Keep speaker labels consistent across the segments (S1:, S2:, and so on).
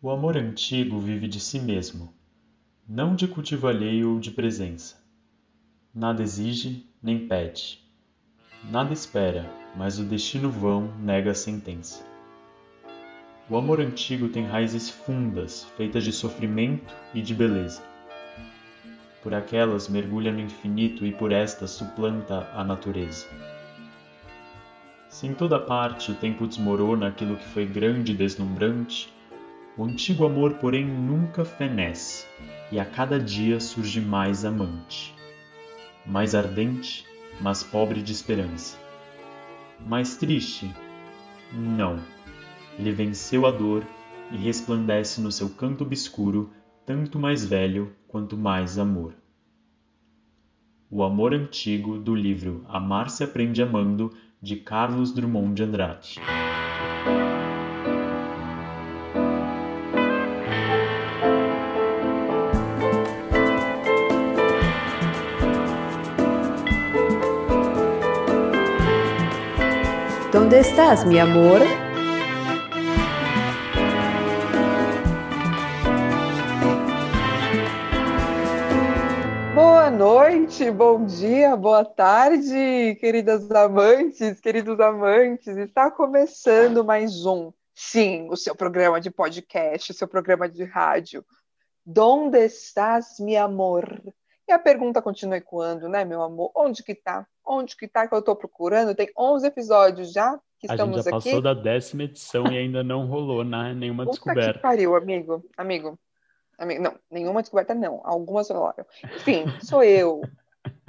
S1: O amor antigo vive de si mesmo, não de cultivo alheio ou de presença. Nada exige, nem pede. Nada espera, mas o destino vão nega a sentença. O amor antigo tem raízes fundas, feitas de sofrimento e de beleza. Por aquelas mergulha no infinito e por estas suplanta a natureza. Se em toda parte o tempo desmorona aquilo que foi grande e deslumbrante, o antigo amor, porém, nunca fenece, e a cada dia surge mais amante, mais ardente, mas pobre de esperança. Mais triste? Não. Ele venceu a dor e resplandece no seu canto obscuro, tanto mais velho quanto mais amor. O amor antigo do livro Amar se aprende amando, de Carlos Drummond de Andrade.
S2: ¿Dónde estás, mi amor?
S3: Boa noite, bom dia, boa tarde, queridas amantes, queridos amantes. Está começando mais um, sim, o seu programa de podcast, o seu programa de rádio. Donde estás, mi amor? E a pergunta continua ecoando, né, meu amor? Onde que tá? Onde que tá que eu tô procurando? Tem 11 episódios já que
S4: A gente
S3: estamos
S4: já passou
S3: aqui.
S4: da décima edição e ainda não rolou né, nenhuma
S3: Puta que
S4: descoberta.
S3: pariu, amigo. Amigo. Amigo, não, nenhuma descoberta, não. Algumas falaram. Enfim, sou eu.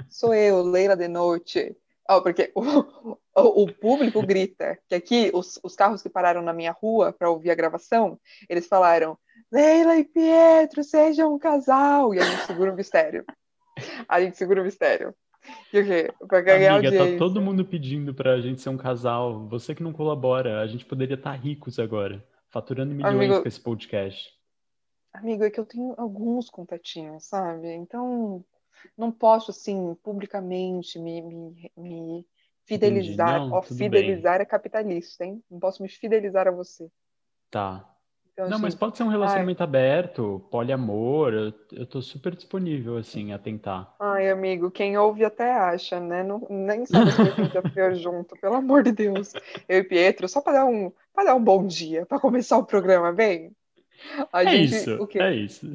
S3: Sou eu, Leila de Noite. Ó, porque o, o- o público grita que aqui os, os carros que pararam na minha rua para ouvir a gravação, eles falaram: Leila e Pietro, sejam um casal. E a gente segura o mistério. A gente segura o mistério. E o quê? Pra ganhar
S4: Amiga, tá
S3: audiência.
S4: todo mundo pedindo pra gente ser um casal. Você que não colabora, a gente poderia estar ricos agora, faturando milhões
S3: Amigo-
S4: com esse podcast.
S3: Amigo, é que eu tenho alguns contatinhos, sabe? Então, não posso, assim, publicamente me, me, me fidelizar.
S4: Não,
S3: Ó,
S4: tudo
S3: fidelizar é capitalista, hein? Não posso me fidelizar a você.
S4: Tá.
S3: Então,
S4: Não,
S3: assim,
S4: mas pode ser um relacionamento aberto, poliamor. Eu, eu tô super disponível, assim, a tentar.
S3: ai, amigo, quem ouve até acha, né? Não, nem sabe se vai ter pior junto, pelo amor de Deus. Eu e Pietro, só para dar um, para dar um bom dia, para começar o programa bem. A
S4: é
S3: gente,
S4: isso,
S3: o quê?
S4: é isso.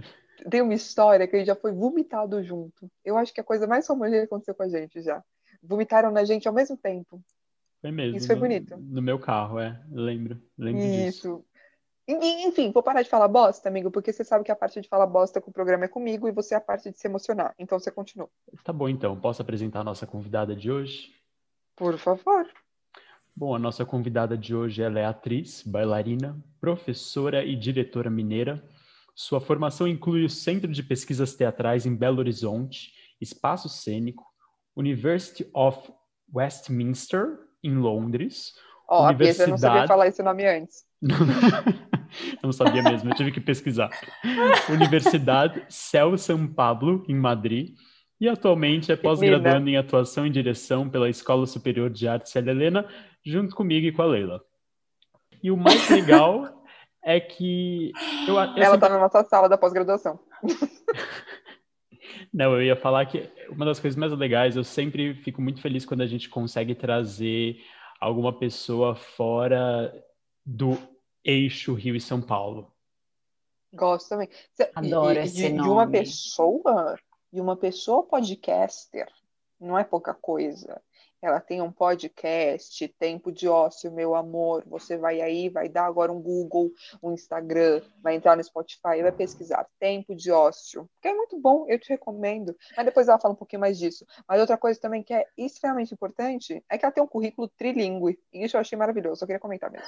S3: tem uma história que a gente já foi vomitado junto. Eu acho que é a coisa mais famosa que aconteceu com a gente já. Vomitaram na gente ao mesmo tempo.
S4: Foi mesmo.
S3: Isso foi
S4: no-
S3: bonito.
S4: No meu carro, é. Lembro, lembro disso.
S3: Isso. E- Enfim, vou parar de falar bosta, amigo, porque você sabe que a parte de falar bosta com o programa é comigo e você é a parte de se emocionar. Então você continua.
S4: Tá bom, então. Posso apresentar a nossa convidada de hoje?
S3: Por favor.
S4: Bom, a nossa convidada de hoje ela é atriz, bailarina, professora e diretora mineira. Sua formação inclui o Centro de Pesquisas Teatrais em Belo Horizonte, Espaço Cênico, University of Westminster, em Londres.
S3: Ó, a Pietra não sabia
S4: Universidade.
S3: falar esse nome antes.
S4: Eu não sabia mesmo, eu tive que pesquisar. Universidade Céu São Pablo, em Madrid. E atualmente é pós-graduando em atuação e direção pela Escola Superior de Arte Célia Helena, junto comigo e com a Leila. E o mais legal é que eu, a- eu
S3: Ela
S4: sempre-
S3: tá na nossa sala da pós-graduação.
S4: Não, eu ia falar que uma das coisas mais legais, eu sempre fico muito feliz quando a gente consegue trazer alguma pessoa fora do eixo Rio e São Paulo.
S3: Gosto também. Cê- e-
S2: Adoro
S3: e,
S2: esse
S3: e, E uma
S2: nome.
S3: pessoa, e uma pessoa podcaster, não é pouca coisa. Ela tem um podcast, tempo de ócio, meu amor. Você vai aí, vai dar agora um Google, um Instagram, vai entrar no Spotify e vai pesquisar tempo de ócio, que é muito bom, eu te recomendo. Mas depois ela fala um pouquinho mais disso. Mas outra coisa também que é extremamente importante é que ela tem um currículo trilingüe. E isso eu achei maravilhoso, só queria comentar mesmo.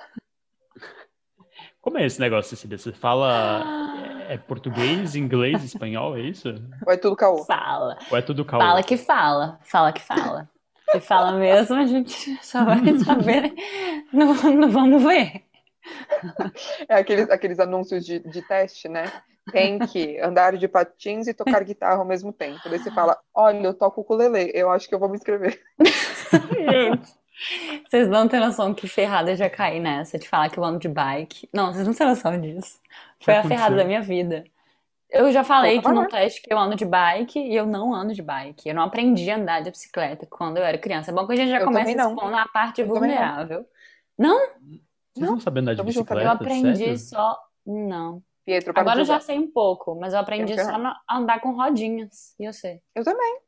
S4: Como é esse negócio, Cecília? Você fala é é português, inglês, espanhol, é isso?
S3: Vai tudo caô.
S2: Fala.
S4: Ou é tudo caô?
S2: Fala que fala. Fala que fala. Se fala mesmo, a gente só vai saber. Não, não vamos ver.
S3: É aqueles, aqueles anúncios de, de teste, né? Tem que andar de patins e tocar guitarra ao mesmo tempo. Daí você fala, olha, eu toco ukulele, eu acho que eu vou me inscrever.
S2: Gente, Vocês não têm noção que ferrada eu já caí nessa de falar que eu ando de bike. Não, vocês não têm noção disso. Foi a
S4: aconteceu?
S2: ferrada da minha vida. Eu já falei
S3: Opa,
S2: que no
S3: né?
S2: teste que eu ando de bike e eu não ando de bike. Eu não aprendi a andar de bicicleta quando eu era criança. É bom que a gente já
S3: Eu
S2: começa
S3: também não.
S2: expondo a parte
S3: Eu também não.
S2: vulnerável.
S4: Vocês não sabem andar de
S3: tamo junto,
S2: Eu
S3: amigo.
S4: bicicleta? sério?
S2: aprendi só. Não.
S3: Pietro, para
S2: Agora
S3: de
S2: eu já
S3: julgar.
S2: sei um pouco, mas eu aprendi
S3: Eu
S2: só
S3: também.
S2: na- a andar com rodinhas. E eu sei.
S3: Eu também.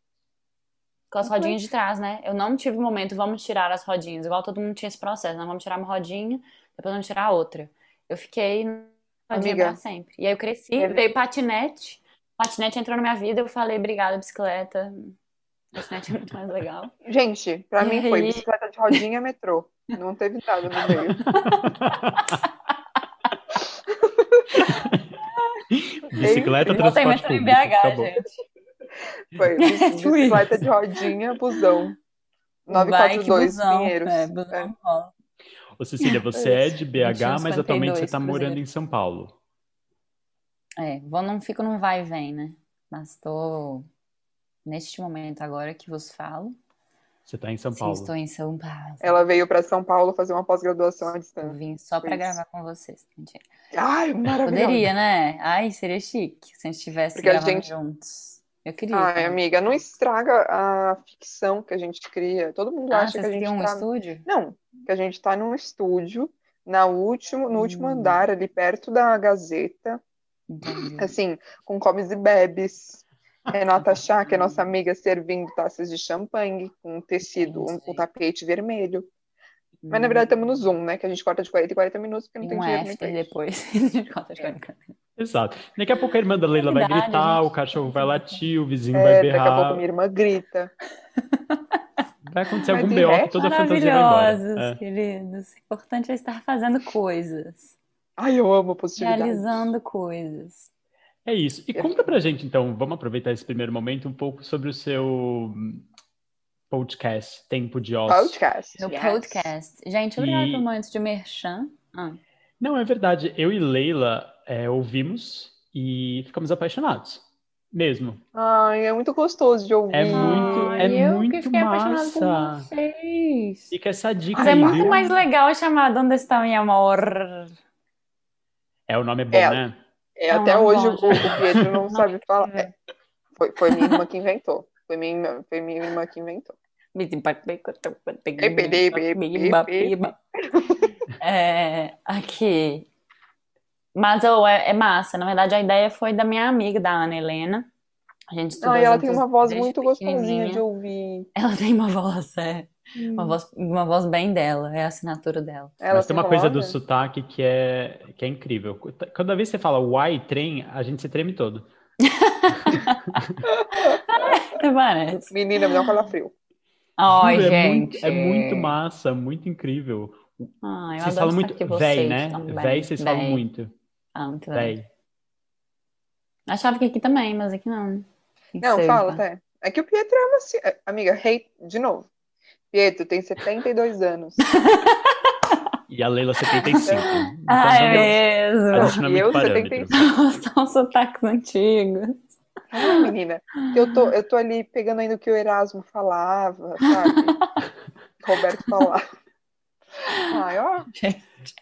S2: Com as
S3: Uhum.
S2: rodinhas de trás, né? Eu não tive momento, vamos tirar as rodinhas. Igual todo mundo tinha esse processo, né? Vamos tirar uma rodinha, depois vamos tirar a outra. Eu fiquei na rodinha
S3: Amiga. É
S2: pra sempre. E aí eu cresci,
S3: Deve-
S2: veio patinete. Patinete entrou na minha vida, eu falei, obrigada, bicicleta. Patinete é muito mais legal.
S3: Gente, pra
S2: E
S3: mim foi
S2: aí?
S3: bicicleta de rodinha metrô. Não teve nada no meio.
S4: Bicicleta,
S3: Não
S2: Não tem
S4: transporte
S2: metrô em
S4: público.
S2: BH,
S4: Acabou.
S2: gente.
S3: Foi
S2: É, tipo
S3: bicicleta de rodinha, busão. 942,
S2: busão,
S3: Pinheiros.
S2: é, busão
S3: É.
S2: rola.
S4: Ô, Cecília, você
S3: É
S4: é de BH, mas
S2: 21,52,
S4: atualmente você está
S2: Cruzeiro.
S4: morando em São Paulo.
S2: É, vou, não fico num vai e vem, né? Mas tô neste momento agora que vos falo.
S4: Você está em São
S2: Sim,
S4: Paulo.
S2: estou em São Paulo.
S3: Ela veio pra São Paulo fazer uma pós-graduação à
S2: Eu
S3: distância.
S2: vim só pra
S3: Isso. É
S2: gravar com vocês. Mentira.
S3: Ai, maravilhoso.
S2: Poderia, né? Ai, seria chique se a gente estivesse
S3: Porque a
S2: gravando
S3: gente- Ah, é
S2: juntos. Eu queria.
S3: Ai,
S2: também.
S3: amiga, não estraga a ficção que a gente cria. Todo mundo
S2: Ah,
S3: acha
S2: vocês
S3: que a gente
S2: criam um
S3: tá...
S2: estúdio?
S3: Não, que a gente tá num estúdio, na último, no último
S2: Hum.
S3: andar, ali perto da Gazeta,
S2: Entendi.
S3: assim, com comes e bebes. Renata Chá, que é nossa amiga, servindo taças de champanhe com tecido, um, um
S2: Entendi.
S3: tapete vermelho. Mas na verdade estamos no Zoom, né? Que a gente corta de 40 em 40 minutos, porque não
S2: Tem
S3: tem
S2: Hum. um
S3: dinheiro né, nem
S2: after
S3: pra
S2: depois.
S3: isso.
S2: A gente conta as coisas.
S4: Exato. Daqui a pouco a irmã da Leila vai
S2: Verdade,
S4: gritar,
S2: gente.
S4: o cachorro vai latir, o vizinho vai
S3: É, daqui a pouco
S4: berrar.
S3: minha irmã grita.
S4: Vai acontecer
S3: Mas
S4: algum
S3: de
S4: BO que
S3: resto,
S4: toda a fantasia vai
S2: Maravilhosos,
S4: embora. É.
S2: queridos. O importante é estar fazendo coisas,
S3: Ai, eu amo a positividade.
S2: realizando coisas.
S4: É isso. E conta pra gente, então, vamos aproveitar esse primeiro momento um pouco sobre o seu hum, podcast, Tempo de Ócio.
S3: Podcast.
S2: Meu
S3: yes.
S2: podcast. Gente, obrigada
S4: E-
S2: pelo momento de merchan. Ah,
S4: Não, é verdade. Eu e Leila é, ouvimos e ficamos apaixonados. Mesmo.
S3: Ai, é muito gostoso de ouvir.
S4: É muito,
S2: Ai,
S4: é
S2: eu que
S4: muito
S2: fiquei apaixonada por
S4: massa.
S2: vocês.
S4: Fica essa dica
S2: Mas é
S4: aí,
S2: muito
S4: viu?
S2: mais legal chamar Onde Está Meu Amor?
S4: É, o nome é bom,
S3: É.
S4: né?
S3: É,
S2: É um
S3: até
S2: nome
S3: hoje
S2: bom,
S3: o, o Pietro não sabe falar. É, foi, foi minha irmã que inventou. Foi minha, irmã- foi minha irmã que inventou.
S2: É, aqui. Mas ô, é, é massa. Na verdade, a ideia foi da minha amiga, da Ana Helena. A gente estudou
S3: Ai, ela tem
S2: juntas
S3: uma voz
S2: desde
S3: muito gostosinha
S2: pequenininha.
S3: de ouvir. Hum.
S2: Ela tem uma voz, é. Uma voz, uma voz bem dela. É a assinatura dela.
S3: Ela
S4: Mas tem uma coisa do
S3: roda?
S4: sotaque que é, que é incrível. Cada vez que você fala uai, trem, a gente se treme todo.
S2: Até parece.
S3: Menina, me dá um calafrio.
S2: Ai,
S4: Juro, é muito-
S2: gente.
S4: é muito massa, muito incrível.
S2: Ai,
S4: Vocês
S2: eu adoro
S4: falam
S2: estar
S4: muito
S2: aqui com
S4: véi,
S2: vocês
S4: né?
S2: também.
S4: Véi, vocês falam
S2: Véi.
S4: muito.
S2: Ah, muito bem.
S4: Véi.
S2: Achava que aqui também, mas aqui não. Tem que
S3: Não,
S2: ser,
S3: fala,
S2: tá?
S3: até. É que o Pietro é uma. ci- é, Amiga, rei, de novo. Pietro tem 72 anos.
S4: E a Leila 75. Então,
S2: Ah,
S4: não-
S2: é
S4: a
S2: mesmo.
S4: gente não é
S3: E eu
S4: muito parâmetro.
S3: 75.
S2: São sotaques antigos.
S3: Ah, menina, que eu tô, eu tô ali pegando ainda o que o Erasmo falava, sabe? Roberto falava. Ai, ó.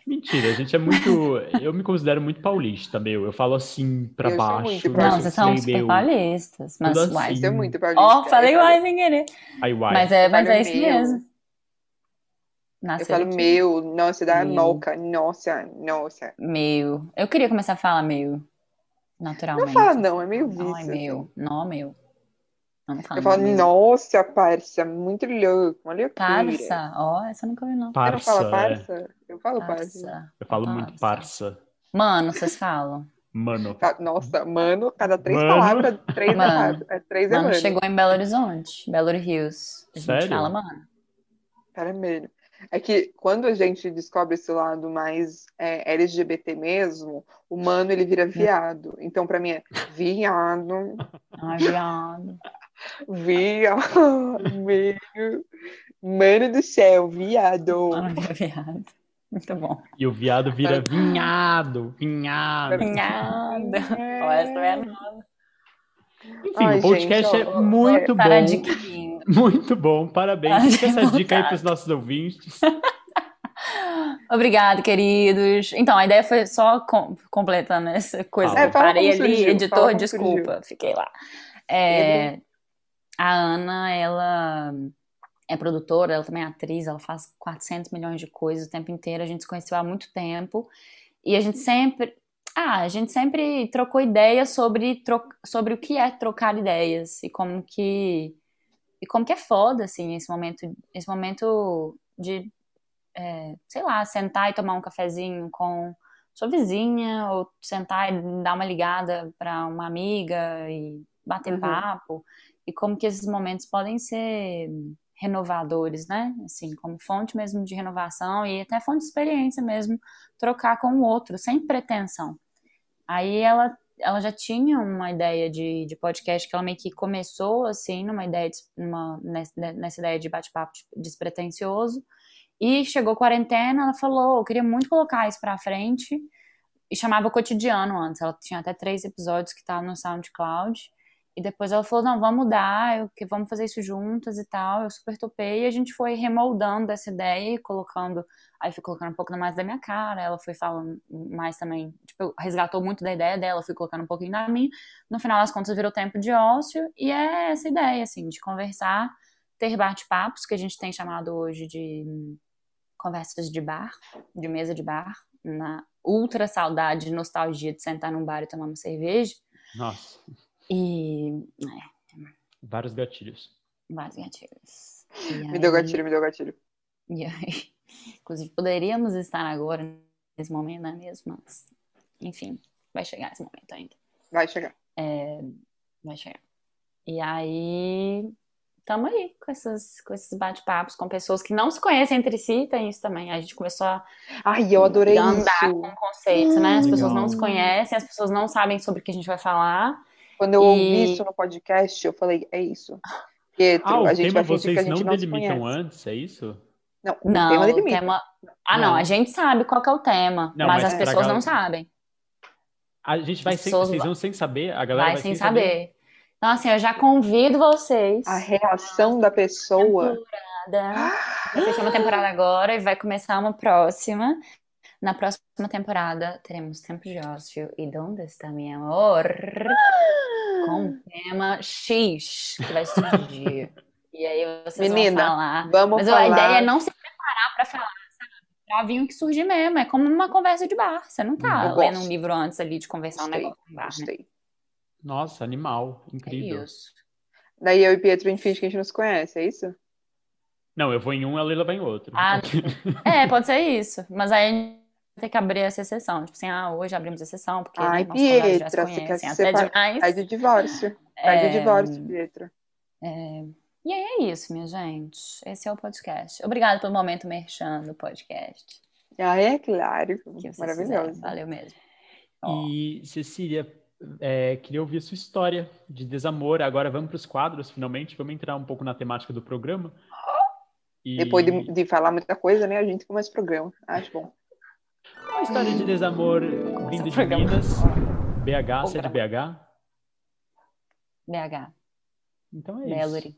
S4: Mentira, a gente é muito. Eu me considero muito paulista, meu. Eu falo assim pra
S3: Eu sou
S4: baixo.
S3: muito
S4: eu
S3: Nossa,
S2: Não,
S3: paulista.
S2: vocês são
S4: sei,
S2: super
S4: meu.
S2: paulistas, mas
S4: Tudo
S2: uai.
S4: assim.
S3: Isso é muito paulista.
S2: Ó, falei
S3: eu falo-
S2: uai sem querer.
S4: Ai, uai.
S2: Mas é, mas
S3: Falo
S2: é isso
S3: meu.
S2: mesmo.
S3: Eu
S2: Nasceu
S3: falo,
S2: aqui.
S3: meu, nossa, da
S2: Meu.
S3: noca, nossa, nossa.
S2: Meu. Eu queria começar a falar meu, naturalmente.
S3: Não fala não, é meio
S2: Não, é
S3: vício,
S2: meu. Não, meu. Não, não fala
S3: Eu falo,
S2: não, meu.
S3: nossa, parça, muito louco, uma loucura.
S2: Parça. Ó, essa eu nunca ouvi, não.
S3: Você não fala
S4: Parça, é.
S3: parça? Eu falo parça.
S2: Parça.
S4: Eu falo
S2: Ah,
S4: muito parça.
S2: Mano, vocês falam.
S4: Mano.
S3: Fa- Nossa, mano, cada três
S4: Mano.
S3: palavras, três é
S2: Mano.
S3: errado. É três é
S2: Mano,
S3: mano.
S2: chegou em Belo Horizonte, Belo Rios. A gente
S4: Sério?
S2: fala, mano.
S3: Vermelho. É que quando a gente descobre esse lado mais é, LGBT mesmo, o mano ele
S2: Hum.
S3: vira viado. Então, pra mim é viado,
S2: Ai, viado.
S3: viado, meio, mano do céu, viado.
S2: Mano, vira viado. é um Muito bom.
S4: E o viado vira vinhado. Vinhado.
S2: Viado. Ó, essa é a
S4: Enfim,
S3: Ai,
S4: o podcast
S3: gente,
S4: é
S3: ó, ó,
S4: muito bom.
S2: Saradiquinho.
S4: Muito bom, parabéns.
S2: Ai,
S4: Fica essa
S2: vontade.
S4: dica aí para os nossos ouvintes.
S2: Obrigado, queridos. Então, a ideia foi só com- completando essa coisa.
S4: Fala. É,
S2: que eu
S3: Ah, fala
S2: parei
S3: como
S2: ali,
S3: surgiu,
S2: editor,
S3: fala como
S2: desculpa, fiquei lá. É, a Ana, ela é produtora, ela também é atriz, ela faz 400 milhões de coisas o tempo inteiro. A gente se conheceu há muito tempo e a gente sempre. Ah, a gente sempre trocou ideias sobre, tro- sobre o que é trocar ideias e como que. E como que é foda, assim, esse momento, esse momento de, é, sei lá, sentar e tomar um cafezinho com sua vizinha, ou sentar e dar uma ligada para uma amiga e bater
S3: Uhum.
S2: papo. E como que esses momentos podem ser renovadores, né? Assim, como fonte mesmo de renovação e até fonte de experiência mesmo, trocar com o outro, sem pretensão. Aí ela ela já tinha uma ideia de, de podcast que ela meio que começou assim numa ideia de, numa, nessa, nessa ideia de bate-papo despretensioso e chegou quarentena ela falou eu queria muito colocar isso pra frente e chamava cotidiano antes ela tinha até três episódios que tá no SoundCloud e depois ela falou não vamos mudar eu, que vamos fazer isso juntas e tal eu super topei e a gente foi remoldando essa ideia e colocando Aí fui colocando um pouco mais da minha cara, ela foi falando mais também, tipo, eu- resgatou muito da ideia dela, fui colocando um pouquinho da minha. No final das contas virou tempo de ócio e é essa ideia, assim, de conversar, ter bate-papos, que a gente tem chamado hoje de hum, conversas de bar, de mesa de bar, na ultra saudade, nostalgia de sentar num bar e tomar uma cerveja.
S4: Nossa,
S2: E
S4: vários gatilhos.
S2: vários gatilhos. E
S3: Me deu
S2: aí-
S3: gatilho, me deu gatilho.
S2: E aí, inclusive, poderíamos estar agora nesse momento, não é mesmo? Mas, enfim, vai chegar esse momento ainda.
S3: Vai chegar.
S2: É, vai chegar. E aí, estamos aí com, essas, com esses bate-papos com pessoas que não se conhecem entre si, tem isso também. A gente começou a
S3: Ai, eu adorei
S2: andar
S3: isso.
S2: com conceitos, né? As pessoas
S4: Legal.
S2: não se conhecem, as pessoas não sabem sobre o que a gente vai falar.
S3: Quando eu
S2: E-
S3: ouvi isso no podcast, eu falei, é isso. Pietro,
S4: Ah, o
S3: a gente
S4: tema
S3: vai fingir que a
S4: vocês
S3: gente
S4: não
S3: não, se conhece.
S4: delimitam antes, é isso?
S3: Não,
S2: Não,
S3: o tema
S2: o
S3: delimita.
S2: tema... Ah, não,
S4: Não.
S2: a gente sabe qual que é o tema,
S4: Não,
S2: mas
S4: mas
S2: as
S4: pra
S2: pessoas
S4: gal-
S2: não sabem.
S4: A gente vai
S2: As
S4: sem,
S2: pessoas
S4: vocês
S2: vai-
S4: vão sem saber, a galera
S2: Vai,
S4: vai,
S2: sem saber. Então, assim, eu já convido vocês.
S3: A reação da pessoa.
S2: Temporada. Vai fechar uma temporada agora e vai começar uma próxima. Na próxima temporada teremos Tempo de Ócio e Donde está meu é amor? Com o tema X que vai surgir. E aí vocês
S3: Menina,
S2: vão falar.
S3: Vamos
S2: Mas
S3: falar.
S2: a ideia é não se preparar pra falar, sabe? Pra vir o que surgir mesmo. É como uma conversa de bar. Você não tá
S3: Eu gosto.
S2: lendo um livro antes ali de conversar um
S3: Gostei,
S2: negócio em bar, né?
S3: Gostei.
S4: Nossa, animal,
S2: É
S4: incrível.
S2: isso.
S3: Daí eu e Pietro, a gente finge que a gente não se conhece, é isso?
S4: não, eu vou em um, a Leila vai em outro.
S2: Ah, É, pode ser isso. Mas aí a gente tem que abrir essa exceção. Tipo assim, ah, hoje abrimos exceção, porque
S3: Ai,
S2: nossos convidados já se
S3: Pietra, você quer
S2: conhecem
S3: se
S2: até
S3: separar?
S2: demais.
S3: Pede o divórcio. Pede
S2: É,
S3: o divórcio, Pietro.
S2: E aí é isso, minha gente. Esse é o podcast. Obrigada pelo momento merchan do podcast.
S3: Ah, é claro.
S2: Que vocês
S3: Maravilhoso.
S2: fizeram. Valeu mesmo.
S4: E Cecília, é, queria ouvir a sua história de desamor. Agora vamos para os quadros, finalmente. Vamos entrar um pouco na temática do programa. E
S3: Depois de, de falar muita coisa, né? A gente começa o programa. Acho bom.
S4: uma história de desamor vindo de
S2: programa.
S4: Minas, BH, você é de BH?
S2: BH,
S4: Então é isso.
S2: Bellary.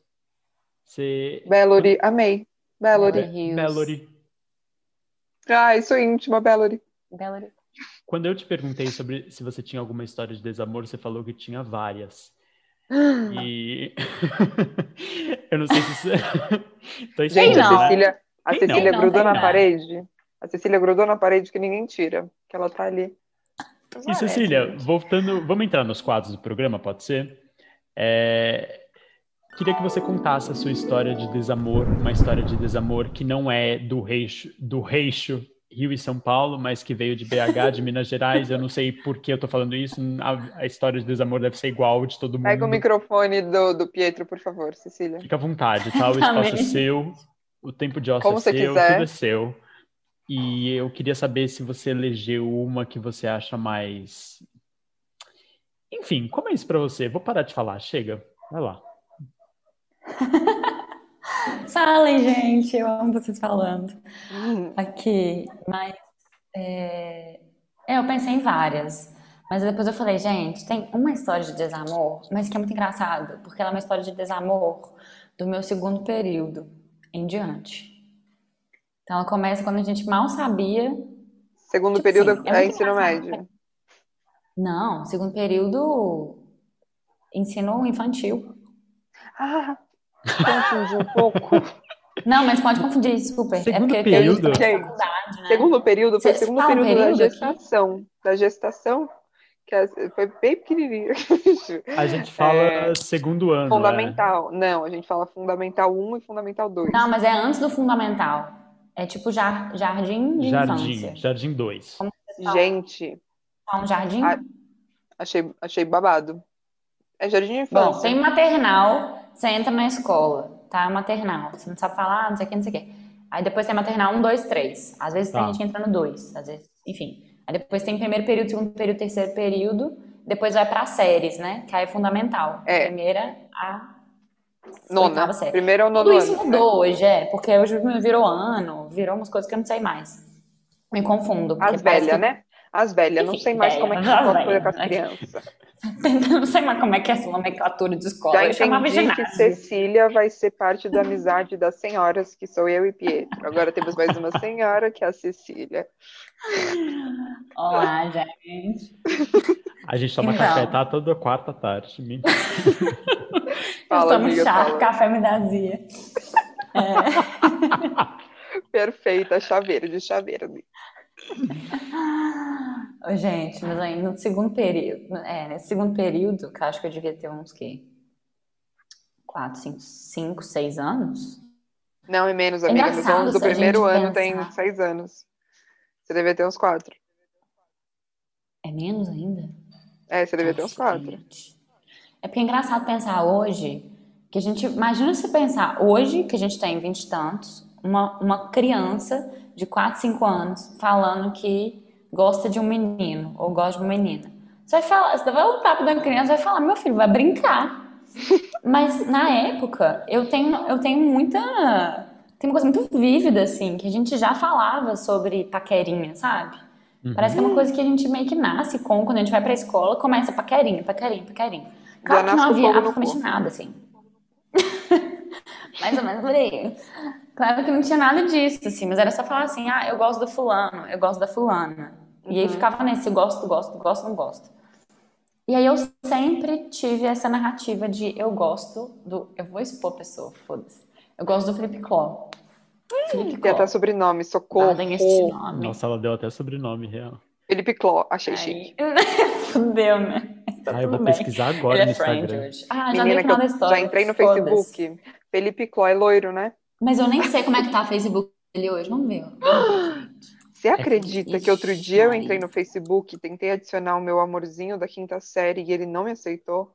S4: Você...
S3: Bellori, amei. Bellori. Ah,
S2: Bellori Hills.
S4: Mallory,
S3: Ai, sou íntima, Bellori.
S2: Bellary.
S4: quando eu te perguntei sobre se você tinha alguma história de desamor, você falou que tinha várias. E eu não sei se isso... Tô né?
S3: Gente,
S2: Quem não?
S3: a Cecília, a
S4: Quem não?
S3: Cecília
S2: Quem não,
S3: grudou
S2: quem
S3: na
S2: não?
S3: parede. A Cecília grudou na parede que ninguém tira. Que ela tá ali.
S4: E
S3: Parece,
S4: Cecília,
S3: Então gente.
S4: voltando, vamos entrar nos quadros do programa, pode ser? É, Queria que você contasse a sua história de desamor, uma história de desamor que não é do reixo, do reixo Rio e São Paulo, mas que veio de BH, de Minas Gerais. Eu não sei por que eu tô falando isso. A, a história de desamor deve ser igual de todo mundo.
S3: Pega o microfone do, do Pietro, por favor, Cecília.
S4: Fica à vontade, tá? O espaço é
S2: Exatamente.
S4: seu, o tempo de ócio
S3: Como
S4: é
S3: você
S4: seu,
S3: quiser.
S4: tudo é seu. E eu queria saber se você elegeu uma que você acha mais. Enfim, como é isso pra você? Vou parar de falar, chega. Vai lá.
S2: Falem, gente. Eu amo vocês falando. aqui, mas é... é, eu pensei em várias, mas depois eu falei, gente, tem uma história de desamor, mas que é muito engraçado, porque ela é uma história de desamor do meu segundo período em diante. Então ela começa quando a gente mal sabia.
S3: Segundo
S2: tipo
S3: período
S2: assim,
S3: é,
S2: muito
S3: ensino
S2: engraçado.
S3: médio.
S2: Não, segundo período ensino infantil.
S3: Ah, confundi um pouco.
S2: Não, mas pode confundir, super. é
S4: Segundo
S2: porque
S4: período?
S2: tem
S3: Gente,
S2: faculdade, né?
S3: Segundo período, foi
S2: Vocês
S3: segundo
S2: falam
S3: período,
S2: período
S3: da
S2: aqui?
S3: gestação. Da gestação, que as- foi bem pequenininha.
S4: A gente fala
S3: É,
S4: segundo ano. né?
S3: fundamental. Não, a gente fala fundamental 1 e fundamental 2.
S2: Não, mas é antes do fundamental. É tipo jar-
S4: É.
S2: jardim de
S4: Jardim,
S2: infância.
S4: Jardim 2.
S3: Gente,
S2: Tá um jardim?
S3: Ah, achei, achei babado. É jardim de infância.
S2: Bom, tem maternal, você entra na escola, tá? Maternal. Você não sabe falar, não sei o que, não sei o que. Aí depois tem maternal 1, 2, 3. Às vezes tem
S4: Tá.
S2: gente que entra no 2, às vezes, enfim. Aí depois tem primeiro período, segundo período, terceiro período. Depois vai pra séries, né? Que aí é fundamental.
S3: É.
S2: Primeira a
S3: Nona.
S2: oitava série.
S3: Primeiro é o nono
S2: Tudo isso
S3: ano.
S2: mudou hoje, é, porque hoje virou ano, virou umas coisas que eu não sei mais. Me confundo. porque
S3: As
S2: parece
S3: velhas, né? As velhas, não
S2: Enfim,
S3: sei mais
S2: velha,
S3: como é que
S2: já
S3: fala coisa com as
S2: velha.
S3: crianças.
S2: que- não sei mais como é que é essa nomenclatura de escola.
S3: né? Já
S2: eu chamava
S3: entendi
S2: ginásio.
S3: que Cecília vai ser parte da amizade das senhoras, que sou eu e Pietro. Agora temos mais uma senhora, que é a Cecília.
S2: Olá, gente.
S4: A gente toma
S2: Então.
S4: café, tá? Toda quarta tarde. Uhum. Me-
S3: Fala,
S2: eu tomo
S3: amiga,
S2: chá,
S3: fala.
S2: café me dazia.
S3: Perfeita, chá verde, chá verde.
S2: Ô, Gente, mas aí no segundo período, é, nesse segundo período, que eu acho que eu devia ter uns que 4, 5, 5, 6 anos.
S3: Não, é menos,
S2: É
S3: amiga. Nos
S2: engraçado
S3: alunos do
S2: se a
S3: primeiro
S2: gente
S3: ano
S2: pensar.
S3: tem seis anos. Você devia ter uns quatro.
S2: É menos ainda?
S3: É, você devia ter uns
S2: Nossa,
S3: quatro.
S2: gente. É porque é engraçado pensar hoje, que a gente, imagina se pensar hoje, que a gente tem vinte e tantos, uma, uma criança de 4, 5 anos falando que gosta de um menino ou gosta de uma menina. Você vai falar, você vai olhar pra uma criança e vai falar, meu filho, vai brincar. Mas na época, eu tenho, eu tenho muita. Tem uma coisa muito vívida, assim, que a gente já falava sobre paquerinha, sabe?
S4: Uhum.
S2: Parece que é uma
S3: Hum.
S2: coisa que a gente meio que nasce com, quando a gente vai pra escola, começa paquerinha, paquerinha, paquerinha. Claro que
S3: Já
S2: não
S3: nasce com
S2: havia
S3: fogo no
S2: absolutamente nada, assim. Mais ou menos por aí. Claro que não tinha nada disso, assim, mas era só falar assim, ah, eu gosto do fulano, eu gosto da fulana. E aí
S3: Uhum.
S2: ficava nesse gosto, gosto, gosto, não gosto. E aí eu sempre tive essa narrativa de eu gosto do. Eu vou expor a pessoa, foda-se. Eu gosto do Felipe Cló. Felipe
S3: Tem
S2: Cló.
S3: até sobrenome, é socorro.
S2: guardem este Ah, nome.
S4: Nossa, ela deu até sobrenome real.
S3: Felipe Cló, achei chique.
S2: Aí... Fudeu, né? Tá
S4: ah, eu vou
S2: tudo bem.
S4: pesquisar agora
S2: Ele
S4: no
S2: é friend
S4: Instagram.
S2: hoje. Ah, já
S3: Menina,
S2: dei
S3: que
S2: final
S3: eu
S2: da história.
S3: já entrei no
S2: foda-se.
S3: Facebook. Felipe Cló é loiro, né?
S2: Mas eu nem sei como é que tá o Facebook dele hoje, vamos ver. É
S3: Você acredita que outro
S2: Ixi,
S3: dia eu
S2: Maria.
S3: entrei no Facebook, tentei adicionar o meu amorzinho da quinta série e ele não me aceitou?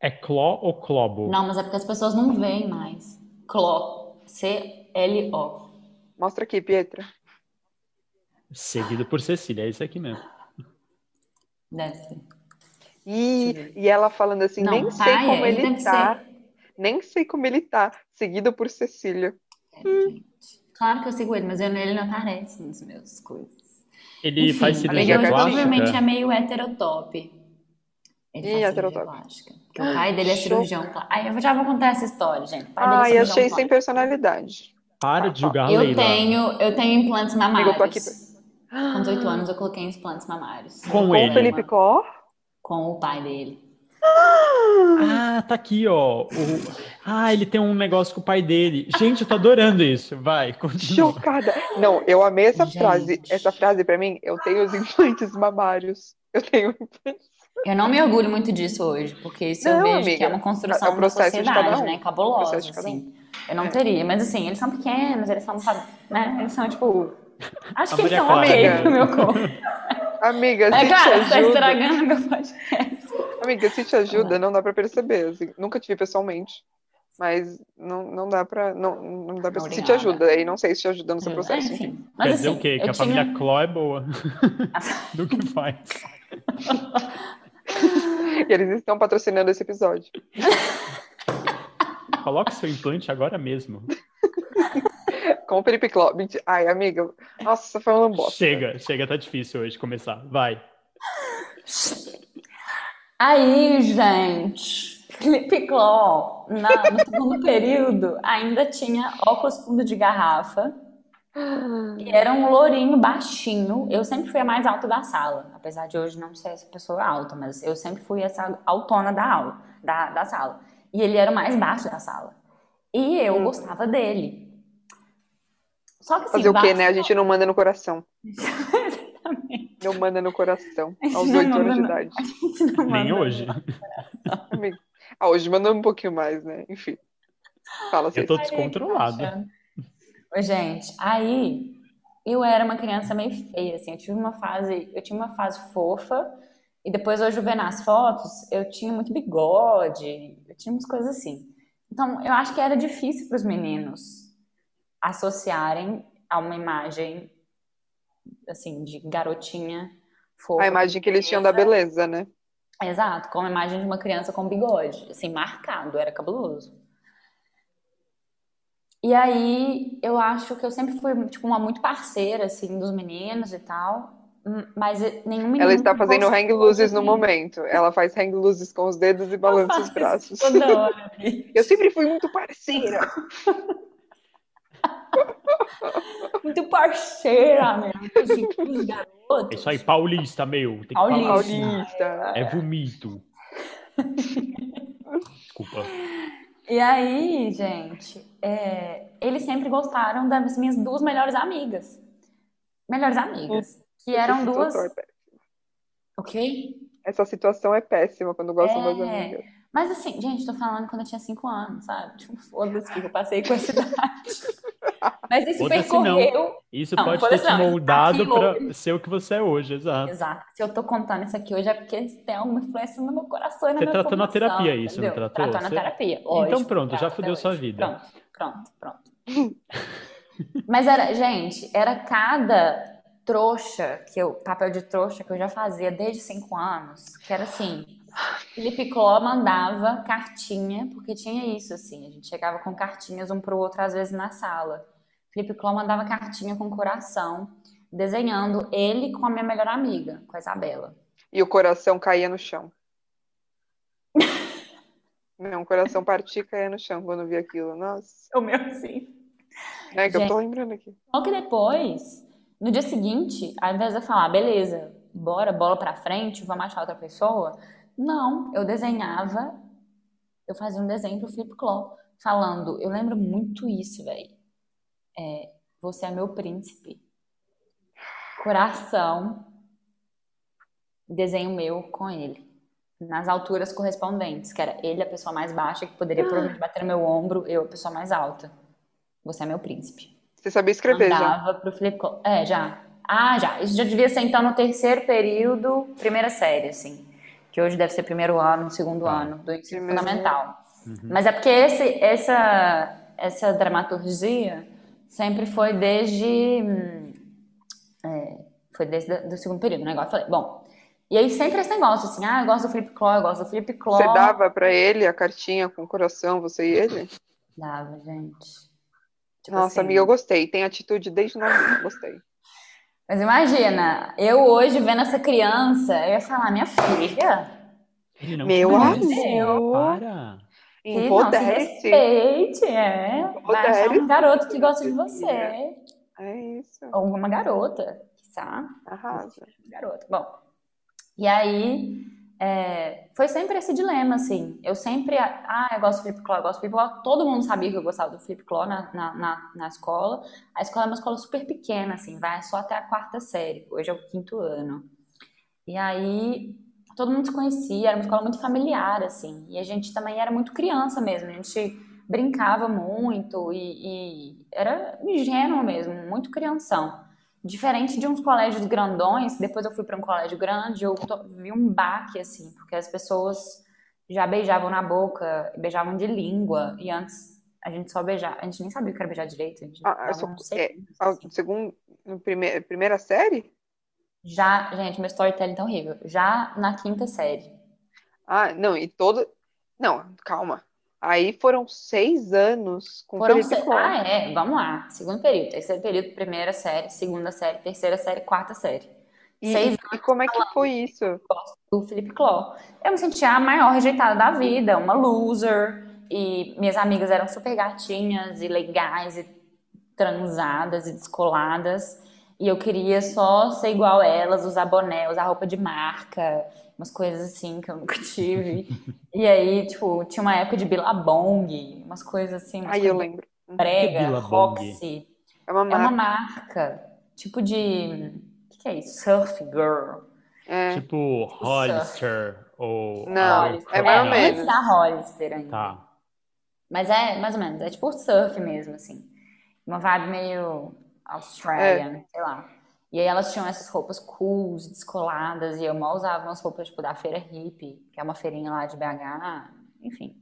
S4: É Cló ou Clobo?
S2: Não, mas é porque as pessoas não veem mais. Cló. C-L-O.
S3: Mostra aqui, Pietra.
S4: Seguido por Cecília, é isso aqui mesmo.
S2: Deve ser.
S3: E,
S2: Deixa eu ver.
S3: e ela falando assim,
S2: Não,
S3: nem sei
S2: paia,
S3: como
S2: ele
S3: ele,
S2: deve
S3: tá, nem sei como ele tá, seguido por Cecília.
S2: É, Claro que eu sigo ele, mas eu- ele não aparece nos meus coisas.
S4: Ele
S2: Enfim,
S4: faz
S2: mas
S4: cirurgia
S2: hoje
S3: gatinha.
S2: provavelmente é
S4: plástica.
S2: meio heterotop. Ele
S3: Ih,
S2: faz cirurgia
S3: heterotópico.
S2: plástica. Porque o pai dele é
S3: Show.
S2: cirurgião plástico. Ai, eu já vou contar essa história, gente. O pai dele é
S3: Ai,
S2: cirurgião
S3: achei
S2: plástico.
S3: sem personalidade.
S4: Para de julgar a
S2: Eu
S4: Leila.
S2: tenho, eu tenho implantes mamários.
S3: Amigo, eu tô aqui
S2: Com 18 anos eu coloquei implantes mamários.
S4: Com
S3: Com
S4: ele.
S3: o Felipe Cló?
S2: Com o pai dele.
S4: Ah, tá aqui, ó. O- Ah, ele tem um negócio com o pai dele. Gente, eu tô adorando isso. Vai, continua.
S3: Chocada. Não, eu amei essa
S2: Gente.
S3: frase. Essa frase pra mim, eu tenho os implantes mamários. Eu tenho implantes.
S2: Eu não me orgulho muito disso hoje, porque isso eu
S3: Não,
S2: vejo
S3: amiga.
S2: que é uma construção
S3: É um processo de
S2: da sociedade,
S3: cada um.
S2: né? Cabulosa,
S3: Processo de cada um.
S2: assim. Eu não teria, mas assim, eles são pequenos, eles são, sabe, né? Eles são, tipo... Acho que eles
S4: Maria
S2: são
S4: Clara.
S2: ok pro meu corpo.
S3: Amiga, se
S2: É, cara,
S3: te
S2: você tá
S3: ajuda.
S2: estragando meu podcast.
S3: Amiga, se te ajuda, não dá pra perceber. assim. nunca te vi pessoalmente. Mas não, não dá pra. Não, não dá pra. Se te
S2: Obrigada.
S3: ajuda, aí não sei se te ajuda no seu
S2: É,
S3: processo.
S2: Enfim,
S4: Quer
S2: mas
S4: dizer
S2: assim,
S4: o quê?
S2: eu
S4: Que a
S2: tinha-
S4: família Cló é boa. Do que faz.
S3: E eles estão patrocinando esse episódio.
S4: Coloca seu implante agora mesmo.
S3: Com o Felipe Cló. Mentira. Ai, amiga. Nossa, foi uma
S2: né?
S3: bosta.
S4: Chega, chega, tá difícil hoje começar. Vai.
S2: Aí, gente, Clipclaw, na, no segundo período, ainda tinha óculos fundo de garrafa. E era um lourinho baixinho. Eu sempre fui a mais alta da sala. Apesar de hoje não ser essa pessoa alta, mas eu sempre fui essa autona da aula, da, da sala. E ele era o mais baixo da sala. E eu
S3: Hum.
S2: gostava dele. Só que assim,
S3: Fazer o quê,
S2: bastou-
S3: né? A gente não manda no coração.
S2: Exatamente.
S3: Não manda no coração.
S2: A gente
S3: Aos
S2: não
S3: oito
S2: manda
S3: anos de
S2: no-
S3: idade.
S2: A gente não
S4: Nem
S2: manda-
S4: hoje.
S3: Amigo. Ah, hoje mandou um pouquinho mais, né? Enfim. Fala,
S4: Eu
S3: Ceci.
S4: tô descontrolado.
S2: Ô, gente, aí eu era uma criança meio feia, assim, eu tive uma fase, eu tinha uma fase fofa, e depois hoje eu vendo as fotos, eu tinha muito bigode, eu tinha umas coisas assim. Então, eu acho que era difícil para os meninos associarem a uma imagem, assim, de garotinha fofa.
S3: A imagem que eles tinham da beleza, né?
S2: Exato, como a imagem de uma criança com bigode, assim, marcado, era cabuloso. E aí, eu acho que eu sempre fui, tipo, uma muito parceira, assim, dos meninos e tal, hum, mas nenhum menino...
S3: Ela está fazendo
S2: gostou
S3: hang loses
S2: de
S3: no
S2: mim.
S3: momento. Ela faz hang loses com os dedos e
S2: Eu
S3: balança os
S2: faço isso
S3: braços.
S2: toda hora, Bi.
S3: Eu sempre fui muito parceira.
S2: Muito parceira, meu. assim, Os garotos.
S4: É isso aí, paulista, meu. Tem que
S2: Paulista.
S4: falar assim.
S3: Paulista.
S4: É vomito. Desculpa.
S2: E aí, gente, é, eles sempre gostaram das minhas duas melhores amigas. Melhores amigas. Que eram
S3: Essa
S2: duas.
S3: situação Hum, é péssima.
S2: Ok?
S3: Essa situação é péssima quando gostam
S2: É.
S3: das amigas.
S2: Mas assim, gente, tô falando quando eu tinha 5 anos, sabe? Tipo, foda-se que eu passei com essa idade. Mas isso
S4: Foda-se
S2: percorreu.
S4: Isso
S2: Não,
S4: pode
S2: por
S4: ter te
S2: exemplo,
S4: moldado
S2: Tá aqui
S4: pra ser o que você é hoje, exato.
S2: Exato. Se eu tô contando isso aqui hoje é porque tem alguma influência no meu coração e na
S4: Você
S2: minha
S4: tratou na
S2: formação,
S4: terapia isso, não
S2: entendeu?
S4: tratou?
S2: na
S4: Você-
S2: terapia, lógico.
S4: Então pronto, já
S2: trato até
S4: fudeu sua
S2: hoje.
S4: vida.
S2: Pronto, pronto, pronto. Mas era, gente, era cada trouxa que eu, papel de trouxa que eu já fazia desde cinco anos, que era assim, Felipe Cló mandava cartinha, porque tinha isso, assim, a gente chegava com cartinhas um pro outro, às vezes, na sala. Felipe Cló mandava cartinha com coração, desenhando ele com a minha melhor amiga, com a Isabela.
S3: E o coração caía no chão. Não, o coração partia e caía no chão quando vi aquilo. Nossa,
S2: O meu, sim.
S3: é que eu tô lembrando aqui.
S2: Só que depois, no dia seguinte, ao invés de eu falar, beleza, bora, bola pra frente, vamos achar outra pessoa, não, eu desenhava, eu fazia um desenho pro Felipe Cló, falando, eu lembro muito isso, velho. É, você é meu príncipe. Coração, desenho meu com ele. Nas alturas correspondentes, que era ele a pessoa mais baixa, que poderia provavelmente bater no meu ombro, eu a pessoa mais alta. Você é meu príncipe.
S3: Você sabia escrever já.
S2: Mandava pro Felipe Col- É, já. Ah, já. Isso já devia ser então no terceiro período, primeira série, assim. Que hoje deve ser primeiro ano, segundo
S4: Tá.
S2: ano do ensino
S3: Primeiro.
S2: fundamental.
S4: Uhum.
S2: Mas é porque esse, essa, essa dramaturgia sempre foi desde. hum, é, foi desde da- do segundo período, né? Igual eu falei. Bom. E aí sempre esse negócio, assim, ah, eu gosto do Felipe Cló, eu gosto do Felipe Cló.
S3: Você dava pra ele a cartinha com o coração, você e ele?
S2: Dava, gente. Tipo
S3: Nossa,
S2: assim,
S3: amiga, eu gostei. Tem atitude desde novinha, gostei.
S2: Mas imagina, eu hoje vendo essa criança, eu ia falar, minha filha,
S4: Ele não
S3: Meu
S4: te
S2: amor.
S4: conhece, Para.
S2: que não se
S3: Empodere-se.
S2: respeite, é. Vai achar um
S3: Empodere-se,
S2: garoto que gosta de
S3: minha
S2: você.
S3: É isso,
S2: Ou uma garota, quiçá.
S3: arrasa.
S2: Garota. Bom, e aí é, foi sempre esse dilema, assim. Eu sempre, ah, eu gosto do Flip Claw, eu gosto do Flip Claw. Todo mundo sabia que eu gostava do Flip Claw na, na, na, na escola. A escola é uma escola super pequena, assim, vai só até a quarta série. Hoje é o quinto ano. E aí todo mundo se conhecia, era uma escola muito familiar, assim. E a gente também era muito criança mesmo, a gente brincava muito e, e era ingênuo mesmo, muito crianção. Diferente de uns colégios grandões, depois eu fui para um colégio grande, eu to- vi um baque, assim, porque as pessoas já beijavam na boca, beijavam de língua, e antes a gente só beijava, a gente nem sabia o que era beijar direito, a gente
S3: Ah, eu
S2: dava
S3: sou-
S2: um
S3: é,
S2: selinho,
S3: Ah,
S2: assim.
S3: Segundo, no prime- primeira série?
S2: Já, gente, meu storytelling tá horrível. Já na quinta série.
S3: Ah, não, e todo. Não, calma. Aí foram seis anos com
S2: Foram
S3: Felipe
S2: se-
S3: Cló.
S2: Ah, é, vamos lá. Segundo período, terceiro período, primeira série, segunda série, terceira série, quarta série.
S3: E, Seis e como é que foi isso?
S2: do Felipe Cló. Eu me sentia a maior rejeitada da vida, uma loser. E minhas amigas eram super gatinhas e legais e transadas e descoladas. E eu queria só ser igual elas, usar boné, usar roupa de marca, umas coisas assim que eu nunca tive. e aí, tipo, tinha uma época de Billabong, umas coisas assim. Umas
S3: aí eu lembro.
S2: Brega, Roxy.
S3: É uma marca.
S2: É uma marca. Tipo de. O que, que é isso? Surf Girl.
S3: É.
S4: Tipo Hollister ou.
S3: Não,
S4: Abercrombie.
S3: é mais ou menos.
S2: Antes da Hollister ainda.
S4: Tá.
S2: Mas é mais ou menos, é tipo surf mesmo, assim. Uma vibe meio Australian, sei lá. E aí elas tinham essas roupas cools, descoladas, e eu mal usava umas roupas tipo da feira hippie, que é uma feirinha lá de BH, enfim.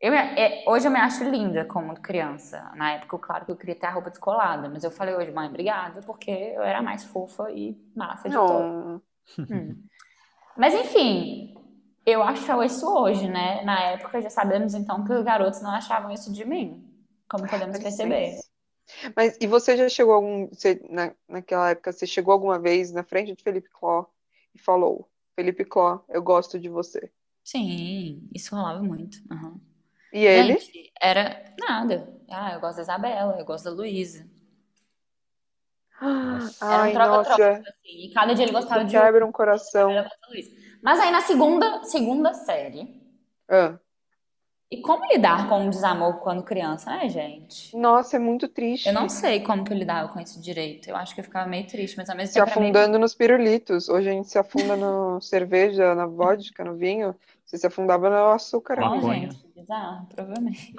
S2: Eu me- é, hoje eu me acho linda como criança. Na época, claro que eu queria ter a roupa descolada, mas eu falei hoje, mãe, obrigada, porque eu era a mais fofa e massa de todas.
S3: Não.
S2: Mas enfim, eu acho isso hoje, né? Na época já sabemos então que os garotos não achavam isso de mim, como podemos perceber.
S3: é. Mas e você já chegou algum. Você, na, naquela época, você chegou alguma vez na frente de Felipe Cló e falou: Felipe Cló, eu gosto de você.
S2: Sim, isso rolava muito. aham.
S3: E ele?
S2: Gente, era nada. Ah, eu gosto da Isabela, eu gosto da Luísa. Era um
S3: Ai,
S2: troca-troca,
S3: nossa.
S2: assim. E cada dia ele gostava de uma,
S3: Quebra um coração.
S2: eu gostava da Luísa. Mas aí na segunda, segunda série.
S3: Ah.
S2: E como lidar com o desamor quando criança, né, gente?
S3: Nossa, é muito triste.
S2: Eu não sei como que eu lidava com isso direito. Eu acho que eu ficava meio triste, mas ao mesmo
S3: Se
S2: tempo era meio
S3: afundando nos pirulitos. Hoje a gente se afunda na cerveja, na vodka, no vinho. Você se afundava no açúcar.
S4: Bom.
S3: amigo.
S2: Bom,
S4: Maconha.
S2: gente, bizarro, provavelmente.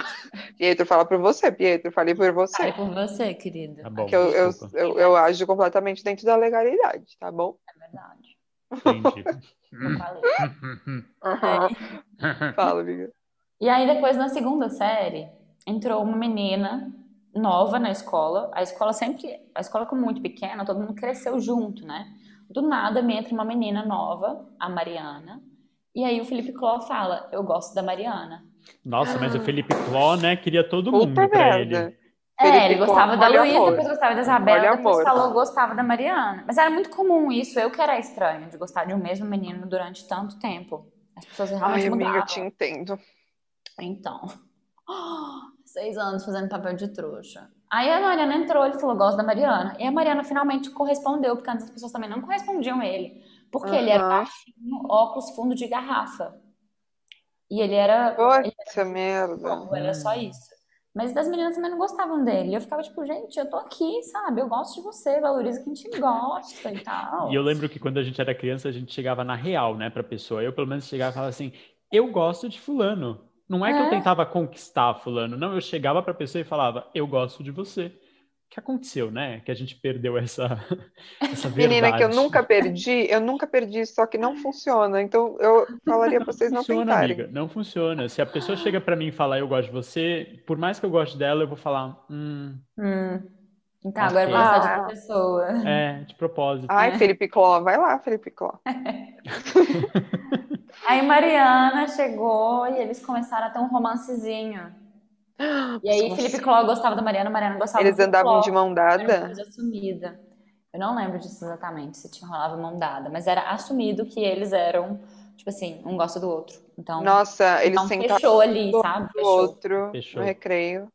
S3: Pietro, fala por você, Pietro. Falei por
S2: Falei
S3: você.
S2: por você, querida.
S4: Tá bom.
S3: Que eu, eu,
S4: desculpa.
S3: eu, eu ajo completamente dentro da legalidade, tá bom?
S2: É verdade.
S4: Entendi.
S2: Eu falei.
S3: Ah.
S2: É.
S3: Fala, amiga.
S2: E aí, depois, na segunda série, entrou uma menina nova na escola. A escola sempre. A escola, como muito pequena, todo mundo cresceu junto, né? Do nada me entra uma menina nova, a Mariana. E aí o Felipe Cló fala: Eu gosto da Mariana.
S4: Nossa, mas o Felipe Cló, né, queria todo mundo
S3: Ah. Puta
S4: pra
S3: merda.
S4: ele.
S2: É, ele
S3: Felipe Cló,
S2: gostava da
S3: olha o
S2: Luísa,
S3: amor.
S2: depois gostava da Isabela,
S3: Olha o
S2: depois
S3: amor.
S2: falou gostava da Mariana. Mas era muito comum isso, eu que era estranho de gostar de um mesmo menino durante tanto tempo. As pessoas realmente
S3: Ai, amiga, eu
S2: mudavam.
S3: te entendo.
S2: Então, seis anos fazendo papel de trouxa. Aí a Mariana entrou, ele falou, gosto da Mariana. E a Mariana finalmente correspondeu, porque antes as pessoas também não correspondiam a ele. Porque ele é era
S3: Aham.
S2: baixinho, óculos fundo de garrafa. E ele é era
S3: Puta merda.
S2: bom, era só isso. Mas das meninas também não gostavam dele. Eu ficava tipo, gente, eu tô aqui, sabe? Eu gosto de você, valoriza quem te gosta e tal.
S4: E eu lembro que quando a gente era criança, a gente chegava na real, né, pra pessoa. Eu, pelo menos, chegava e falava assim, eu gosto de fulano. Não é que
S2: É.
S4: eu tentava conquistar fulano, não. Eu chegava pra pessoa e falava, eu gosto de você. O que aconteceu, né? Que a gente perdeu essa, essa verdade.
S3: Menina, que eu nunca perdi, eu nunca perdi, só que não funciona. Então eu falaria pra vocês não
S4: funciona,
S3: tentarem.
S4: amiga. Não funciona. Se a pessoa chega pra mim e fala, eu gosto de você, por mais que eu goste dela, eu vou falar, hum,
S2: Hum. Então,
S4: Ok.
S2: agora eu vou gostar de
S3: Ah.
S2: outra pessoa.
S4: é, de propósito.
S3: Ai, Felipe Cló, vai lá, Felipe Cló.
S2: Aí Mariana chegou e eles começaram a ter um romancezinho. E aí
S3: Nossa.
S2: Felipe Cló gostava da Mariana, Mariana gostava
S3: Eles
S2: do Felipe
S3: andavam
S2: Cló.
S3: de mão
S2: Era uma
S3: dada?
S2: coisa assumida. Eu não lembro disso exatamente, se tinha rolava mão dada, mas era assumido que eles eram, tipo assim, um gosta do outro. Então,
S3: Nossa, eles
S2: então
S3: sentavam um
S2: fechou ali,
S3: do
S2: sabe?
S3: do
S2: Fechou.
S3: outro
S4: Fechou.
S3: no recreio.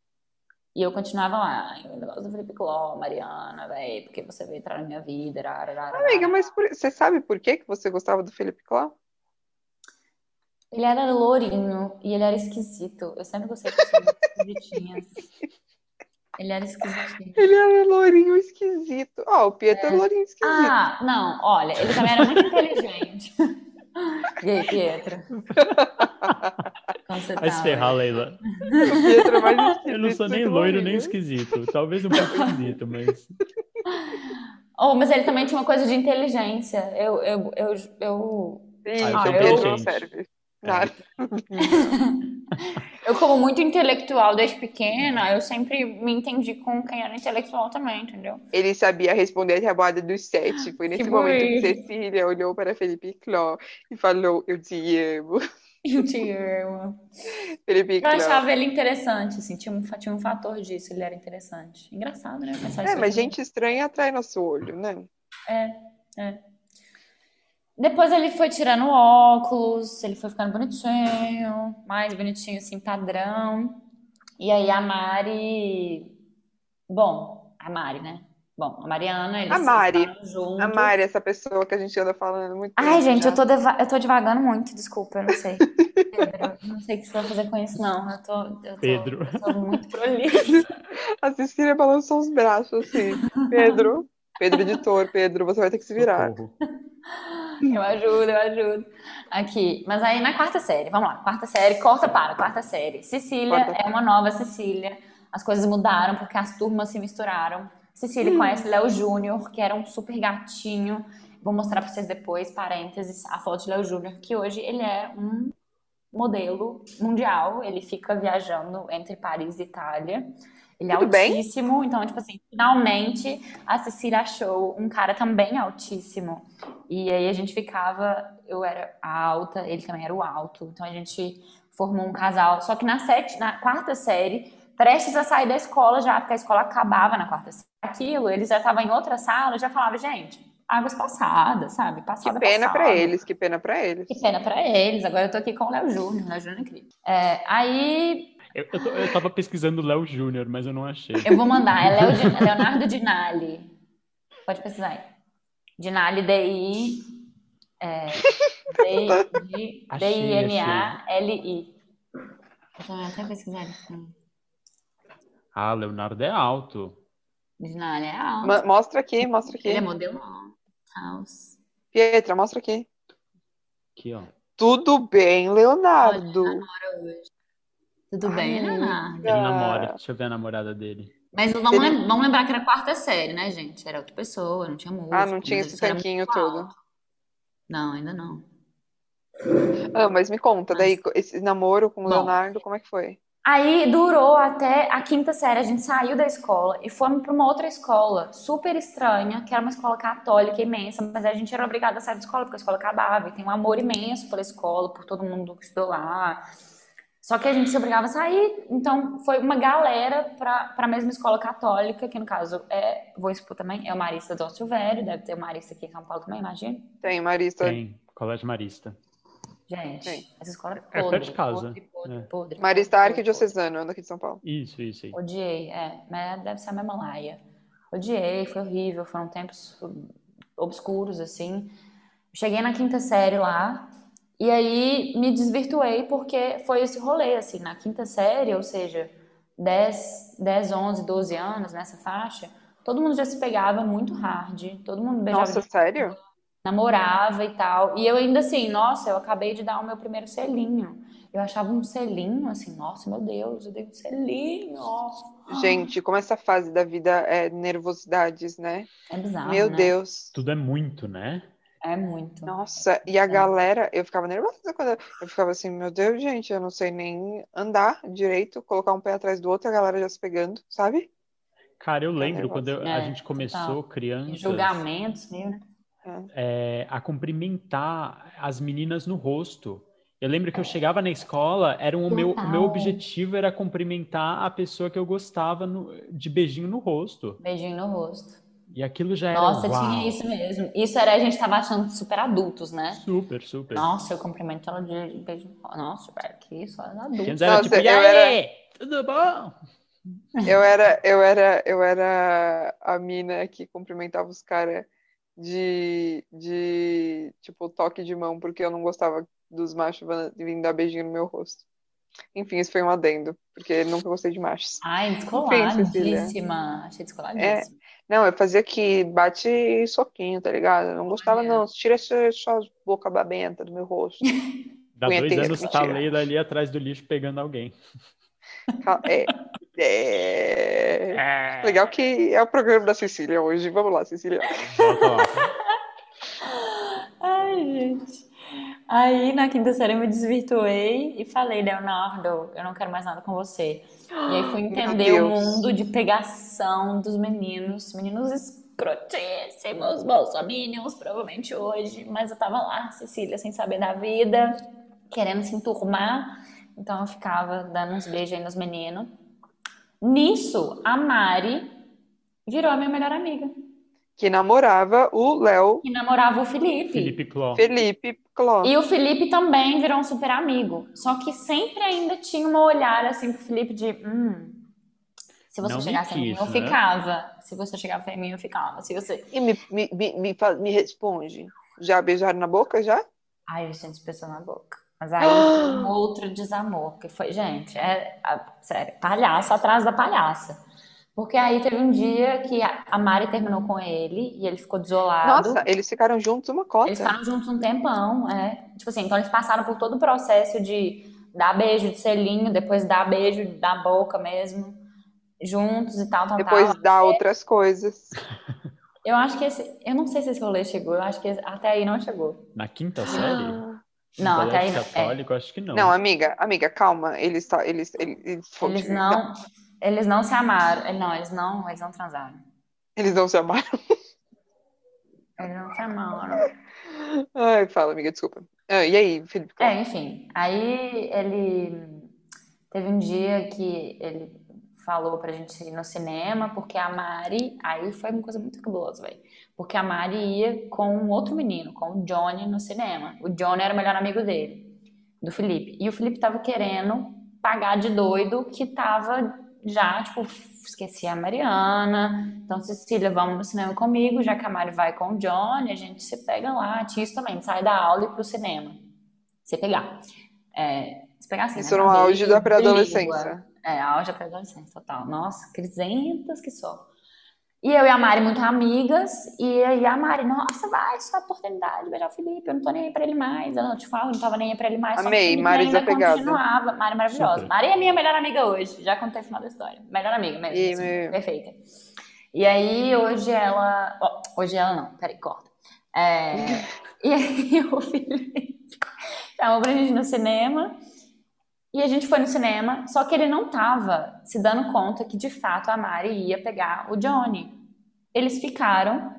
S2: E eu continuava lá, "Ai, eu ainda gosto do Felipe Cló, Mariana, véi, porque você veio entrar na minha vida. rá, rá, rá, rá, rá."
S3: Amiga, mas por- você sabe por que que você gostava do Felipe Cló?
S2: Ele era lourinho e ele era esquisito. Eu sempre gostei tipo de pessoas esquisitinhas. Ele era esquisitinho.
S3: Ele era lourinho esquisito. Ó, o Pietro é lourinho esquisito.
S2: Ah, não, olha, ele também era muito inteligente. E aí, Pietro? Como você
S4: Vai se
S2: tá,
S4: ferrar,
S2: velho?
S4: Leila.
S3: O Pietro é mais esquisito
S4: Eu não sou nem
S3: do que
S4: loiro, nem
S3: lourinho.
S4: esquisito. Talvez um pouco esquisito, mas.
S2: Oh, mas ele também tinha uma coisa de inteligência. Eu, eu, eu, eu,
S3: Ih,
S4: Ah, eu
S2: sou
S3: então o Pietro não
S4: inteligente.
S3: serve.
S4: É.
S3: Nada.
S2: eu como muito intelectual desde pequena, eu sempre me entendi com quem era intelectual também, entendeu?
S3: Ele sabia responder a reborda dos sete. Foi nesse
S2: Que
S3: momento que
S2: bonito.
S3: Cecília olhou para Felipe Cló e falou: Eu te amo.
S2: Eu te amo.
S3: Felipe
S2: Eu
S3: Cló.
S2: achava ele interessante, assim, tinha um, fa- tinha um fator disso, ele era interessante. Engraçado, né? Pensar
S3: É,
S2: isso
S3: mas
S2: hoje em
S3: gente estranha atrai nosso olho, né?
S2: É, é. Depois ele foi tirando óculos, ele foi ficando bonitinho, mais bonitinho, assim, padrão. E aí a Mari. Bom, a Mari, né? Bom, a Mariana, eles
S3: A Mari.
S2: ficaram juntos.
S3: A Mari, essa pessoa que a gente anda falando muito.
S2: Ai,
S3: tempo
S2: gente,
S3: já.
S2: eu tô, deva- eu tô devagando muito, desculpa, eu não sei. Pedro, não sei o que você vai fazer com isso, não. Eu tô, eu tô,
S4: Pedro.
S2: eu tô muito prolixa.
S3: A Cecília balançou os braços assim. Pedro, Pedro editor, Pedro, você vai ter que se virar.
S4: Socorro.
S2: Eu ajudo, eu ajudo. Aqui, mas aí na quarta série, vamos lá, quarta série, corta para, quarta série. Cecília
S3: Quarta.
S2: é uma nova Cecília. As coisas mudaram porque as turmas se misturaram. Cecília conhece Léo Júnior, que era um super gatinho. Vou mostrar pra vocês depois, parênteses, a foto de Léo Júnior, que hoje ele é um modelo mundial. Ele fica viajando entre Paris e Itália. Ele é
S3: Tudo bem?
S2: altíssimo, então, tipo assim, finalmente a Cecília achou um cara também altíssimo. E aí a gente ficava, eu era alta, ele também era o alto. Então a gente formou um casal. Só que na, sete, na quarta série, prestes a sair da escola já, porque a escola acabava na quarta série. Aquilo, eles já estavam em outra sala, eu já falava, gente, águas passadas, sabe?
S3: Que
S2: Passada,
S3: pena pra
S2: passada.
S3: eles, que pena pra eles.
S2: Que pena pra eles. Agora eu tô aqui com o Léo Júnior, Léo Júnior é incrível. É, aí
S4: Eu, eu, tô- eu tava pesquisando Léo Júnior, mas eu não achei.
S2: eu vou mandar. É Léo Di- Leonardo Dinali. Pode pesquisar aí. Dinali, D-I. É, D-I-
S4: Achei,
S2: D-I-N-A-L-I. Eu tô até pesquisando. aqui.
S4: Ah, Leonardo é alto.
S2: Dinali é alto.
S3: Ma- mostra aqui, mostra
S2: Ele é
S3: aqui.
S2: modelo alto. House.
S3: Pietra, mostra aqui.
S4: Aqui, ó.
S3: Tudo bem, Leonardo.
S2: Tudo bem, né?
S3: Ai.
S2: Leonardo?
S3: Ah.
S4: Ele namora. Deixa eu ver a namorada dele.
S2: é. Mas não vamos, lem- vamos lembrar que era quarta série, né, gente? Era outra pessoa, não tinha música.
S3: Ah, não tinha esse
S2: isso era
S3: tanquinho
S2: muito
S3: todo.
S2: alto. Não, ainda não.
S3: Ah, mas me conta, daí, esse namoro com o
S2: Bom.
S3: Leonardo, como é que foi?
S2: Aí durou até a quinta série. A gente saiu da escola e fomos para uma outra escola, super estranha, que era uma escola católica imensa, mas a gente era obrigada a sair da escola porque a escola acabava. E tem um amor imenso pela escola, por todo mundo que estudou lá. Só que a gente se obrigava a sair, então foi uma galera para a mesma escola católica, que no caso é, vou expor também, é o Marista do Alto Velho, deve ter o Marista aqui em São Paulo também, imagino.
S3: Tem, Marista.
S4: Tem. Colégio Marista.
S2: Gente,
S3: Sim.
S2: essa escola é
S4: perto
S2: podre,
S4: de casa,
S2: podre, podre,
S4: né?
S2: podre,
S3: Marista
S2: podre, podre.
S3: Arquidiocesano, anda aqui de São Paulo.
S4: Isso, isso aí.
S2: Odiei, é, mas deve ser a mesma laia. Odiei, foi horrível, foram tempos obscuros, assim. Cheguei na quinta série lá, e aí me desvirtuei porque foi esse rolê, assim, na quinta série, ou seja, 10, 10 11, 12 anos nessa faixa, todo mundo já se pegava muito hard, todo mundo beijava
S3: Nossa, sério?
S2: namorava e tal. E eu ainda assim, nossa, eu acabei de dar o meu primeiro selinho. Eu achava um selinho, assim, nossa, meu Deus, eu dei um selinho.
S3: Gente, como essa fase da vida é nervosidades, né?
S2: É bizarro,
S3: Meu
S2: né?
S3: Deus.
S4: Tudo é muito, né?
S2: É muito.
S3: Nossa, e a galera, eu ficava nervosa quando eu, eu ficava assim, meu Deus, gente, eu não sei nem andar direito, colocar um pé atrás do outro, a galera já se pegando, sabe?
S4: Cara, eu lembro
S3: negócio.
S4: quando eu- a
S2: É,
S4: gente começou
S2: E
S4: crianças
S2: julgamentos, meio, né?
S4: é, a cumprimentar as meninas no rosto. Eu lembro que eu chegava na escola, era um, o, meu, o meu
S2: Total.
S4: objetivo era cumprimentar a pessoa que eu gostava no- de beijinho no rosto.
S2: Beijinho no rosto.
S4: E aquilo já era um
S2: Nossa,
S4: É, uau,
S2: tinha isso mesmo. Isso era, a gente tava achando super adultos, né?
S4: super, super.
S2: Nossa, eu cumprimento ela de beijo. no rosto. Nossa, velho, que isso, ela é adulta.
S4: Antes era
S3: Nossa,
S4: tipo,
S3: eu
S4: e aí,
S3: era-
S4: tudo bom?
S3: Eu era, eu era, eu era a mina que cumprimentava os caras de, de, tipo, toque de mão, porque eu não gostava dos machos van- vindo dar beijinho no meu rosto. Enfim, isso foi um adendo, porque eu nunca gostei de machos.
S2: Ai, descoladíssima. Achei descoladíssima.
S3: Não, eu fazia que bate soquinho, tá ligado? Eu não gostava,
S2: é.
S3: não. Tira essa sua boca babenta do meu rosto.
S4: Dá
S3: Punheta,
S4: dois anos, tá
S3: mentira.
S4: lendo ali atrás do lixo pegando alguém.
S3: Cal- É, é... Legal que é o programa da Cecília hoje. Vamos lá, Cecília.
S4: Volta lá.
S2: Ai, gente. Aí na quinta série eu me desvirtuei e falei, Leonardo, eu não quero mais nada com você. E aí fui entender o
S3: Deus.
S2: mundo de pegação dos meninos, meninos escrotíssimos, bolsominions, provavelmente hoje, mas eu tava lá, Cecília, sem saber da vida, querendo se enturmar, então eu ficava dando uns beijos aí nos meninos. Nisso, a Mari virou a minha melhor amiga.
S3: que namorava o Léo
S2: Que namorava o Felipe.
S4: Felipe Cló.
S3: Felipe Cló.
S2: E o Felipe também virou um super amigo. Só que sempre ainda tinha um olhar assim pro Felipe de. Hum, se você
S4: Não me
S2: chegasse a mim,
S4: quis,
S2: eu
S4: né?
S2: ficava. Se você chegava a mim, eu ficava. Se você.
S3: E me, me, me, me, fa- me responde. Já beijaram na boca, já?
S2: Ai, gente, pessoa na boca. Mas aí foi um outro desamor, que foi, gente, é, a- sério, palhaço atrás da palhaça. Porque aí teve um dia que a a Mari terminou com ele e ele ficou desolado.
S3: Nossa, eles ficaram juntos uma cota.
S2: Eles ficaram juntos um tempão, é. Tipo assim, então eles passaram por todo o processo de dar beijo de selinho, depois dar beijo da boca mesmo, juntos e tal, tal,
S3: Depois
S2: tal.
S3: dá outras coisas.
S2: Eu acho que esse, eu não sei se esse rolê chegou, eu acho que esse- até aí não chegou.
S4: Na quinta série? No
S2: Não,
S4: colégio
S2: até aí não. É.
S4: católico, acho que não.
S3: Não, amiga, amiga, calma. Eles, tá, eles, eles, eles,
S2: Eles não, eles não se amaram. é, Não, eles não, eles não transaram.
S3: Eles não se amaram.
S2: Eles não se amaram.
S3: Ai, fala, amiga, desculpa. Ah, e aí, Felipe? Cló?
S2: É, enfim. Aí ele teve um dia que ele falou pra gente ir no cinema, porque a Mari. Aí foi uma coisa muito cabulosa, velho. Porque a Mari ia com um outro menino, com o Johnny no cinema. O Johnny era o melhor amigo dele, do Felipe. E o Felipe tava querendo pagar de doido que tava já, tipo, esqueci a Mariana. Então, Cecília, vamos no cinema comigo, já que a Mari vai com o Johnny, a gente se pega lá. Tinha isso também, sai da aula e ir pro cinema. Se pegar. É, se pegar assim,
S3: Isso
S2: né?
S3: no
S2: Na
S3: auge
S2: língua.
S3: da pré-adolescência.
S2: É, auge da pré-adolescência, total. Nossa, crisentas que só. E eu e a Mari muito amigas, e aí a Mari, nossa, vai, só oportunidade de beijar o Felipe, eu não tô nem aí pra ele mais, eu não te falo, eu não tava nem aí pra ele mais, só que o
S3: Amei,
S2: Felipe
S3: Mari
S2: ainda
S3: desapegada.
S2: continuava, Mari maravilhosa.
S4: Super.
S2: Mari é minha melhor amiga hoje, já contei o final da história, melhor amiga mesmo,
S3: E
S2: assim,
S3: meu-
S2: perfeita. E aí, hoje ela, ó, hoje ela não, peraí, corta. É, e aí o Felipe chamou pra gente ir no cinema, e a gente foi no cinema, só que ele não tava se dando conta que de fato a Mari ia pegar o Johnny. Eles ficaram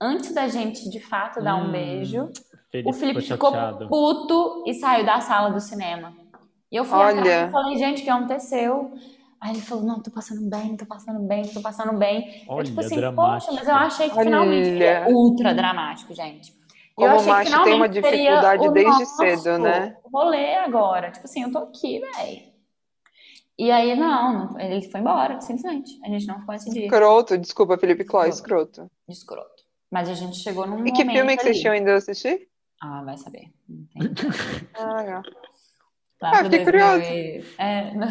S2: antes da gente de fato dar um
S4: Hum,
S2: beijo.
S4: Felipe
S2: O Felipe
S4: ficou
S2: ficou
S4: chateado.
S2: puto e saiu da sala do cinema. E eu fui
S3: Olha.
S2: atrás e falei, gente, o que aconteceu? Aí ele falou, não, tô passando bem, tô passando bem, tô passando bem.
S4: Olha,
S2: eu tipo assim,
S4: dramático.
S2: poxa, mas eu achei que finalmente
S3: Olha.
S2: é ultra dramático, gente. E eu
S3: Como
S2: achei que
S3: macho tem uma
S2: finalmente seria
S3: dificuldade
S2: o
S3: desde
S2: nosso
S3: cedo, né?
S2: rolê agora. Tipo assim, eu tô aqui, véi. E aí, não, não- ele foi embora, simplesmente. A gente não ficou esse dia.
S3: Escroto, desculpa, Felipe Cló, escroto.
S2: De escroto. Mas a gente chegou num
S3: E que
S2: Um momento
S3: filme que vocês
S2: ali.
S3: tinham ainda assistir?
S2: Ah, vai saber. Não tem.
S3: Ah, não.
S2: Lá
S3: Ah,
S2: pro
S3: fiquei curiosa.
S2: 2000 e- É, no-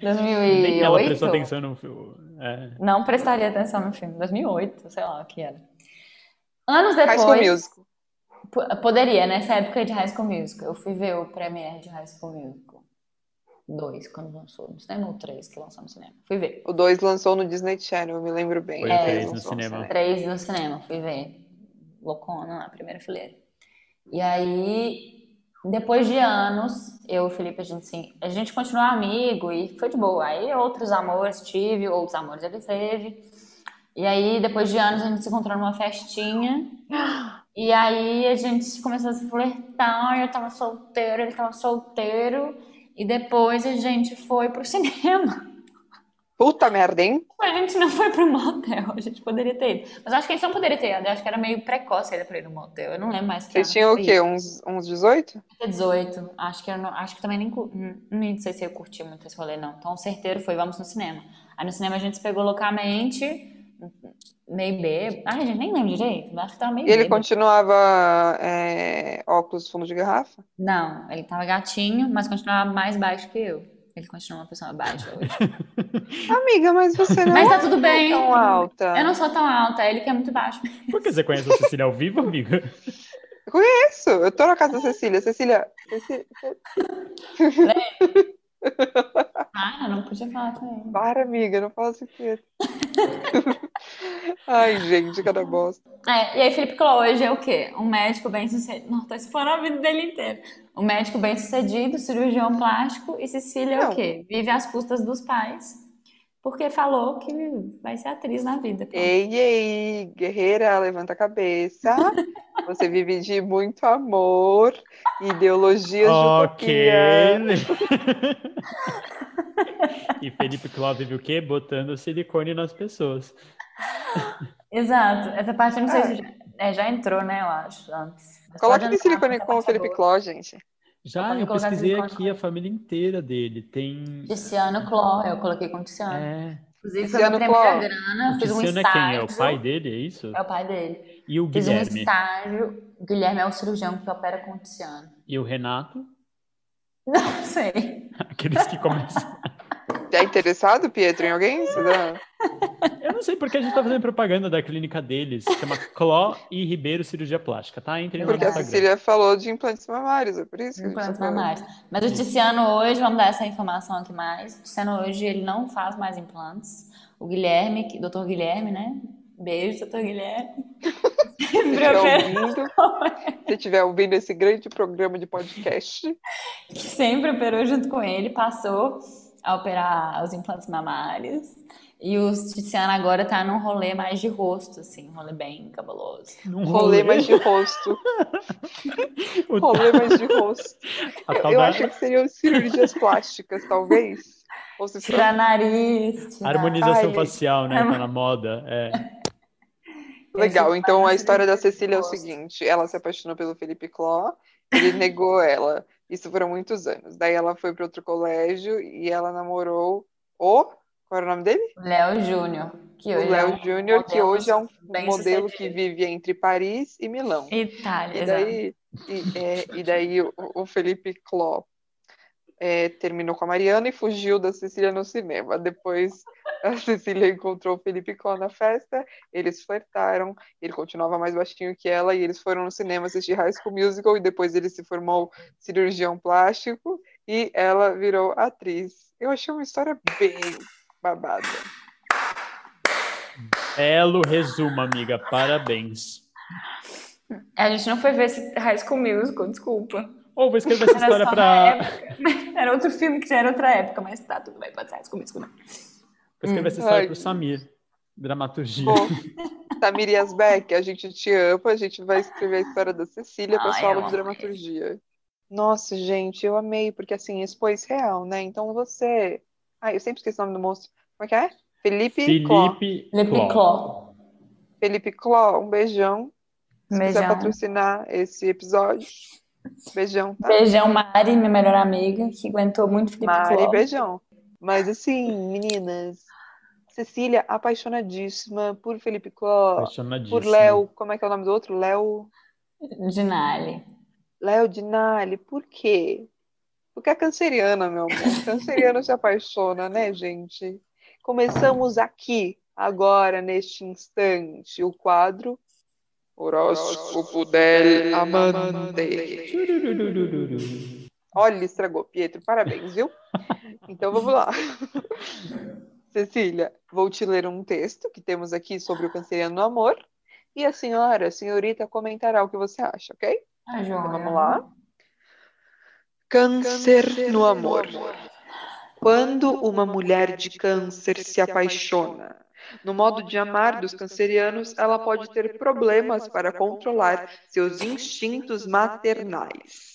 S4: Nem ela
S2: 2008.
S4: prestou atenção no filme. É.
S2: Não prestaria atenção no filme. 2008, sei lá o que era. Anos
S3: High School
S2: depois,
S3: Musical.
S2: po- poderia, nessa época de High School Musical. Eu fui ver o premiere de High School Musical 2, quando lançou no cinema, ou 3 que lançou no cinema. Fui ver.
S3: O 2 lançou no Disney Channel, eu me lembro bem.
S4: Foi um
S2: o
S3: Eles
S2: três
S4: no
S3: lançaram
S4: cinema.
S2: Três no cinema, fui ver. Loucona na primeira fileira. E aí, depois de anos, eu e o Felipe, a gente, sim, a gente continuou amigo e foi de boa. Aí outros amores tive, outros amores ele teve. E aí, depois de anos, a gente se encontrou numa festinha. E aí a gente começou a se flertar, eu tava solteira, ele tava solteiro. E depois a gente foi pro cinema.
S3: Puta merda, hein?
S2: A gente não foi pro motel, a gente poderia ter ido. Mas eu acho que a gente não poderia ter ido, eu acho que era meio precoce ainda pra ir no motel. Eu não lembro mais que
S3: Vocês
S2: ano
S3: tinham o
S2: foi
S3: quê?
S2: isso.
S3: Uns, uns 18?
S2: Até 18. Acho que eu não, acho que também nem, cu- hum, nem sei se eu curti muito esse rolê, não. Então o certeiro foi, vamos no cinema. Aí no cinema a gente se pegou loucamente, meio bêbado. Ai, gente, nem lembro direito, mas acho que tava meio
S3: E ele
S2: bêbado.
S3: continuava é, óculos fundo de garrafa?
S2: Não, ele tava gatinho, mas continuava mais baixo que eu. Ele continua uma pessoa baixa hoje.
S3: Amiga, mas você não
S2: Mas
S3: é
S2: tá tudo bem.
S3: tão alta.
S2: Eu não sou tão alta, ele que é muito baixo.
S4: Por que você conhece a Cecília ao vivo, amiga?
S3: Isso, eu tô na casa da Cecília. Cecília, Cecília,
S2: Ah, não podia falar com ele.
S3: para, amiga, não fala assim com ele. Ai, gente, cada bosta.
S2: É, e aí Felipe Cló hoje é o quê? Um médico bem-sucedido. Não, tô explorando a vida dele inteira. Um médico bem-sucedido, cirurgião plástico, e Cecília é
S3: Não.
S2: o quê? Vive às custas dos pais, porque falou que vai ser atriz na vida. Pronto.
S3: Ei, ei, guerreira, levanta a cabeça. Você vive de muito amor, ideologias de
S4: Ok.
S2: é.
S3: utopia.
S4: E Felipe Cló vive o quê? Botando silicone nas pessoas.
S2: Exato. Essa parte eu não sei se já, é, já entrou, né? Eu acho, antes. Mas
S3: Coloca
S2: pode
S3: aqui silicone
S2: entrar,
S3: com o
S2: essa parte é
S3: Felipe
S2: boa.
S3: Cló, gente.
S2: Só
S4: Já,
S2: pra
S4: eu
S2: colocar
S4: pesquisei
S2: silicone.
S4: aqui a família inteira dele. Tem.
S2: Tiziano Cló, eu coloquei como Tiziano.
S4: É.
S2: Inclusive, foi
S3: Tiziano
S2: minha primeira
S3: Cló.
S2: grana,
S4: O
S2: fiz um
S4: Tiziano é
S2: estágio.
S4: quem? É o pai dele, é isso?
S2: É o pai dele.
S4: E o
S2: Fiz um
S4: Guilherme.
S2: estágio. O Guilherme é o cirurgião que opera com o Tiziano.
S4: E o Renato,
S2: Não sei.
S4: aqueles que começam.
S3: Tá interessado, Pietro, em alguém? tá- Será?
S4: Eu não sei porque a gente tá fazendo propaganda da clínica deles. Se chama Cló e Ribeiro Cirurgia Plástica, tá? Entrem lá no
S3: Porque a
S4: Instagram.
S3: Cecília falou de implantes mamários, é por isso que a gente tá
S2: Implantes
S3: falando.
S2: mamários. Mas o Tiziano hoje, vamos dar essa informação aqui mais. O Tiziano hoje, ele não faz mais implantes. O Guilherme, que- doutor Guilherme, né? Beijo, doutor Guilherme.
S3: Se estiver ouvindo, se estiver ouvindo esse grande programa de podcast,
S2: que sempre operou junto com ele, passou a operar os implantes mamários. E o Tiziano agora tá num rolê mais de rosto, assim, um rolê bem cabuloso.
S4: Num
S3: rolê mais de rosto.
S4: Um O-
S3: Rolê mais de rosto.
S4: a
S3: Eu,
S4: tal
S3: eu
S4: da
S3: acho que seriam cirurgias plásticas, talvez. Ou se fosse-
S2: Tirar nariz, tirar...
S4: harmonização
S3: Ai.
S4: facial, né? Tá na moda. É.
S3: Legal,
S2: Esse
S3: então a
S2: parece
S3: história da
S2: que eu
S3: Cecília é o
S2: gosto.
S3: seguinte: ela se apaixonou pelo Felipe Cló, ele negou ela. Isso foram muitos anos. Daí ela foi para outro colégio e ela namorou o. Qual era o nome dele?
S2: O Léo Júnior, que hoje
S3: o
S2: é
S3: Léo
S2: um
S3: Júnior, que
S2: modelo
S3: hoje é um
S2: bem
S3: modelo que
S2: sucedido.
S3: vive entre Paris e Milão.
S2: Itália,
S3: E
S2: exato.
S3: daí, e, é, e daí o, o Felipe Cló é, terminou com a Mariana e fugiu da Cecília no cinema. Depois a Cecília encontrou o Felipe Cló na festa, eles flertaram, ele continuava mais baixinho que ela e eles foram no cinema assistir High School Musical e depois ele se formou cirurgião plástico e ela virou atriz. Eu achei uma história bem babada.
S4: Belo resumo, amiga. Parabéns.
S2: A gente não foi ver esse High School Musical, desculpa.
S4: Ou vou escrever essa
S2: Era
S4: história
S2: só na
S3: É,
S4: pra.
S2: época. Era outro filme que já era outra época, mas tá, tudo bem, pode ser High School Musical. não.
S4: Vou escrever essa
S3: Hum.
S4: história
S3: Ai.
S4: pro Samir. Dramaturgia.
S3: Bom, Tamir Yazbek, a gente te ama, a gente vai escrever a história da Cecília para
S2: Ai,
S3: sua aula
S2: eu
S3: de
S2: amei.
S3: dramaturgia. Nossa, gente, eu amei, porque assim, expôs real, né? Então você. Ai, eu sempre esqueço o nome do monstro. Como é que é? Felipe, Cló.
S4: Felipe
S2: Felipe
S4: Cló.
S2: Cló.
S3: Felipe Cló, um beijão. Se quiser
S2: Beijão.
S3: patrocinar esse episódio, beijão, tá?
S2: Beijão, Mari, minha melhor amiga, que aguentou muito Felipe
S3: Mari,
S2: Cló.
S3: beijão. Mas assim, meninas, Cecília, apaixonadíssima por Felipe Cló,
S4: Apaixonadíssimo.
S3: por Léo, como é que é o nome do outro? Léo.
S2: Dinali.
S3: Léo Dinali, por quê? Porque é canceriana, meu amor. Canceriano se apaixona, né, gente? Começamos aqui, agora, neste instante, o quadro Horóscopo del Amante.
S4: Turururururu.
S3: Olha, estragou, Pietro, parabéns, viu? Então vamos lá. Cecília, vou te ler um texto que temos aqui sobre o canceriano no amor. E a senhora, a senhorita, comentará o que você acha, ok?
S2: Ah, João.
S3: Então, Vamos lá. Câncer no amor. Quando uma mulher de câncer se apaixona, no modo de amar dos cancerianos, ela pode ter problemas para controlar seus instintos maternais.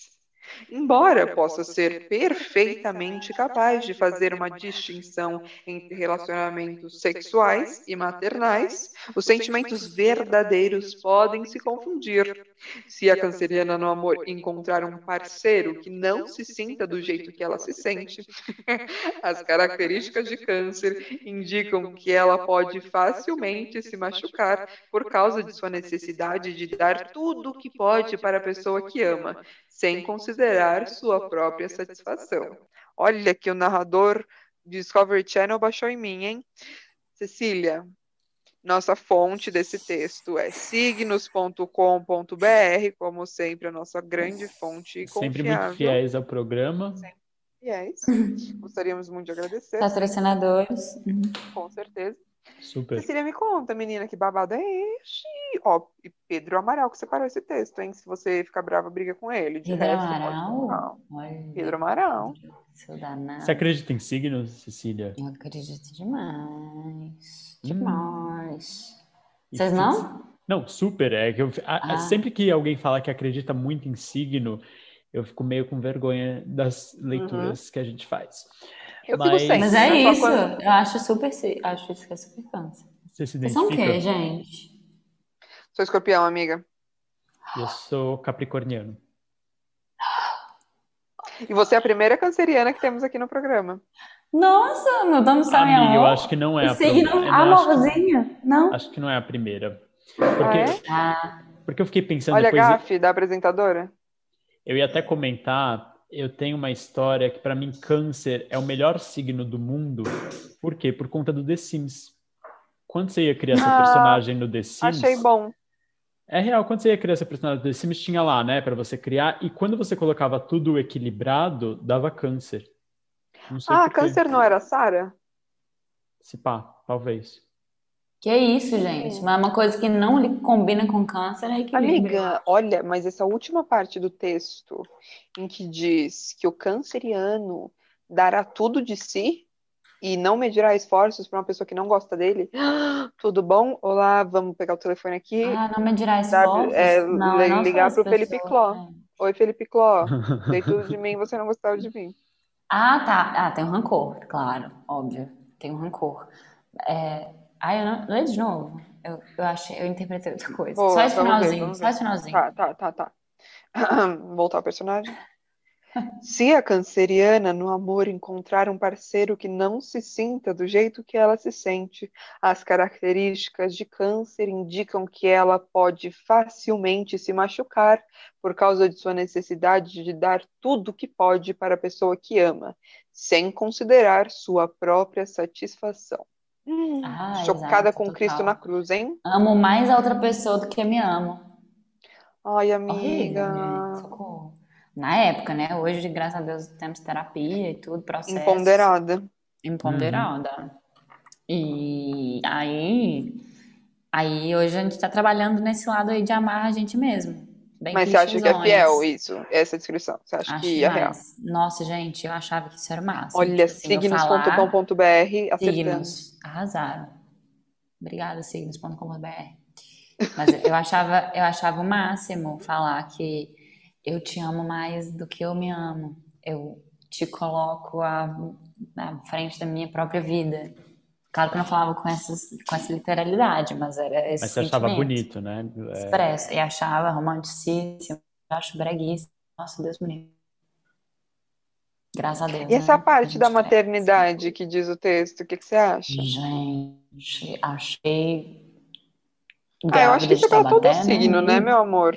S3: Embora possa ser perfeitamente capaz de fazer uma distinção entre relacionamentos sexuais e maternais, os sentimentos verdadeiros podem se confundir. Se a canceriana no amor encontrar um parceiro que não se sinta do jeito que ela se sente, as características de câncer indicam que ela pode facilmente se machucar por causa de sua necessidade de dar tudo o que pode para a pessoa que ama, sem considerar sua própria satisfação. Olha que o narrador Discovery Channel baixou em mim, hein? Cecília, nossa fonte desse texto é signos.com.br, como sempre, a nossa grande fonte e
S4: Sempre
S3: confiável.
S4: muito fiéis ao programa.
S3: E é isso. Gostaríamos muito de agradecer,
S2: Tá. Patrocinadores.
S3: com certeza.
S4: Super.
S3: Cecília, me conta, menina, que babado é este? Ó, e Pedro Amaral que separou esse texto, hein? Se você ficar brava, briga com ele. De
S2: Pedro
S3: resto, pode
S2: Amaral?
S3: contar.
S2: Olha,
S3: Pedro Amaral.
S2: seu danado.
S4: Você acredita em signos, Cecília?
S2: Eu acredito demais.
S4: Hum.
S2: Demais.
S4: E
S2: Vocês
S4: fi-
S2: não?
S4: Não, super. É que eu, a- a-
S2: Ah.
S4: sempre que alguém fala que acredita muito em signo, eu fico meio com vergonha das
S3: Uhum.
S4: leituras que a gente faz.
S3: Eu
S4: Mas-
S3: fico sem.
S2: Mas
S3: né?
S2: é
S3: Só
S2: isso.
S3: quando-
S2: Eu acho super. se- Acho isso que é super câncer.
S4: Você se
S2: Vocês são o
S4: identifica?
S2: quê, gente?
S3: Sou escorpião, amiga.
S4: Eu sou capricorniano.
S3: E você é a primeira canceriana que temos aqui no programa.
S2: Nossa, mudamos também
S4: Amiga, eu
S2: amor.
S4: acho que não é a
S2: Signo
S4: primeira.
S2: amorzinha, não?
S4: Acho que não é a primeira.
S3: Ah, é?
S4: Porque,
S2: Ah,
S4: porque eu fiquei pensando
S3: Olha a
S4: depois.
S3: gafe da apresentadora.
S4: Eu ia até comentar, eu tenho uma história que para mim câncer é o melhor signo do mundo. Por quê? Por conta do The Sims. Quando você ia criar seu
S3: Ah,
S4: personagem no The Sims,
S3: Achei bom.
S4: é real, quando você ia criar seu personagem no The Sims tinha lá, né, para você criar, e quando você colocava tudo equilibrado, dava câncer. Não sei
S3: Ah,
S4: por quê.
S3: câncer não era Sara?
S4: Se pá, talvez.
S2: que é isso, gente. Mas uma coisa que não lhe combina com câncer é equilíbrio.
S3: Amiga, olha, mas essa última parte do texto em que diz que o canceriano dará tudo de si e não medirá esforços para uma pessoa que não gosta dele. Tudo bom? Olá, vamos pegar o telefone aqui.
S2: Ah, não me dirá
S3: Sabe,
S2: esforços?
S3: é,
S2: não,
S3: li-
S2: eu não sou
S3: ligar
S2: essa
S3: pro Felipe
S2: pessoa,
S3: Cló.
S2: né?
S3: Oi, Felipe Cló. Dei tudo de mim, você não gostava de mim.
S2: Ah, tá. Ah, tem um rancor, claro, óbvio. Tem um rancor. É... Ah, eu não... Lê de novo. Eu, eu achei, eu interpretei outra coisa.
S3: Boa,
S2: Só esse
S3: vamos ver,
S2: finalzinho,
S3: vamos
S2: só
S3: ver.
S2: esse finalzinho.
S3: Tá, tá, tá, tá. Voltar ao personagem. Se a canceriana no amor encontrar um parceiro que não se sinta do jeito que ela se sente, as características de câncer indicam que ela pode facilmente se machucar por causa de sua necessidade de dar tudo que pode para a pessoa que ama, sem considerar sua própria satisfação. Hum,
S2: Ah,
S3: chocada
S2: exato,
S3: com Cristo
S2: total.
S3: na cruz, hein?
S2: Amo mais a outra pessoa do que me amo.
S3: Ai,
S2: Horrível,
S3: amiga.
S2: gente, socorro. Na época, né? Hoje, graças a Deus, temos terapia e tudo, processos.
S3: Imponderada.
S2: Imponderada. E aí, aí hoje a gente tá trabalhando nesse lado aí de amar a gente mesmo. Bem
S3: Mas você acha que é
S2: clichêzões.
S3: fiel isso, essa descrição? Você acha
S2: Acho
S3: que é real?
S2: demais. Nossa, gente, eu achava que isso era o máximo.
S3: Olha, um
S2: Assim, eu falar,
S3: signos.com.br, acertando.
S2: signos. Arrasaram. Obrigada, signos.com.br. Mas eu achava, eu achava o máximo falar que eu te amo mais do que eu me amo. Eu te coloco à, na frente da minha própria vida. Claro que eu não falava com, essas, com essa literalidade, mas era esse
S4: Mas você achava
S2: sentimento
S4: bonito, né? É,
S2: expresso. E achava romanticíssimo, eu acho breguíssimo. Nossa, Deus me livre. Graças a Deus.
S3: E essa
S2: né? A
S3: parte
S2: gente
S3: da
S2: cresce.
S3: maternidade que diz o texto, o que, que você acha?
S2: Gente, achei.
S3: Ah, eu
S2: grávida
S3: acho que
S2: de
S3: isso é pra todo
S2: Taubaté,
S3: signo, né, meu amor?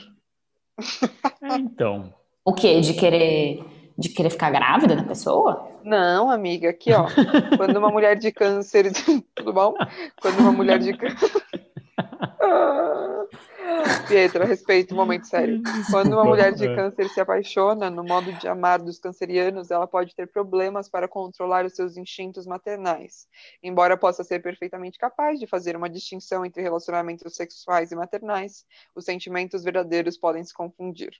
S4: é, então.
S2: O quê? De querer, de querer ficar grávida da pessoa?
S3: Não, amiga, aqui, ó. Quando uma mulher de câncer. Tudo bom? Quando uma mulher de câncer. Pietra, respeito, um momento sério. Quando
S4: Desculpa,
S3: uma mulher de
S4: é.
S3: câncer se apaixona no modo de amar dos cancerianos, ela pode ter problemas para controlar os seus instintos maternais. Embora possa ser perfeitamente capaz de fazer uma distinção entre relacionamentos sexuais e maternais, os sentimentos verdadeiros podem se confundir.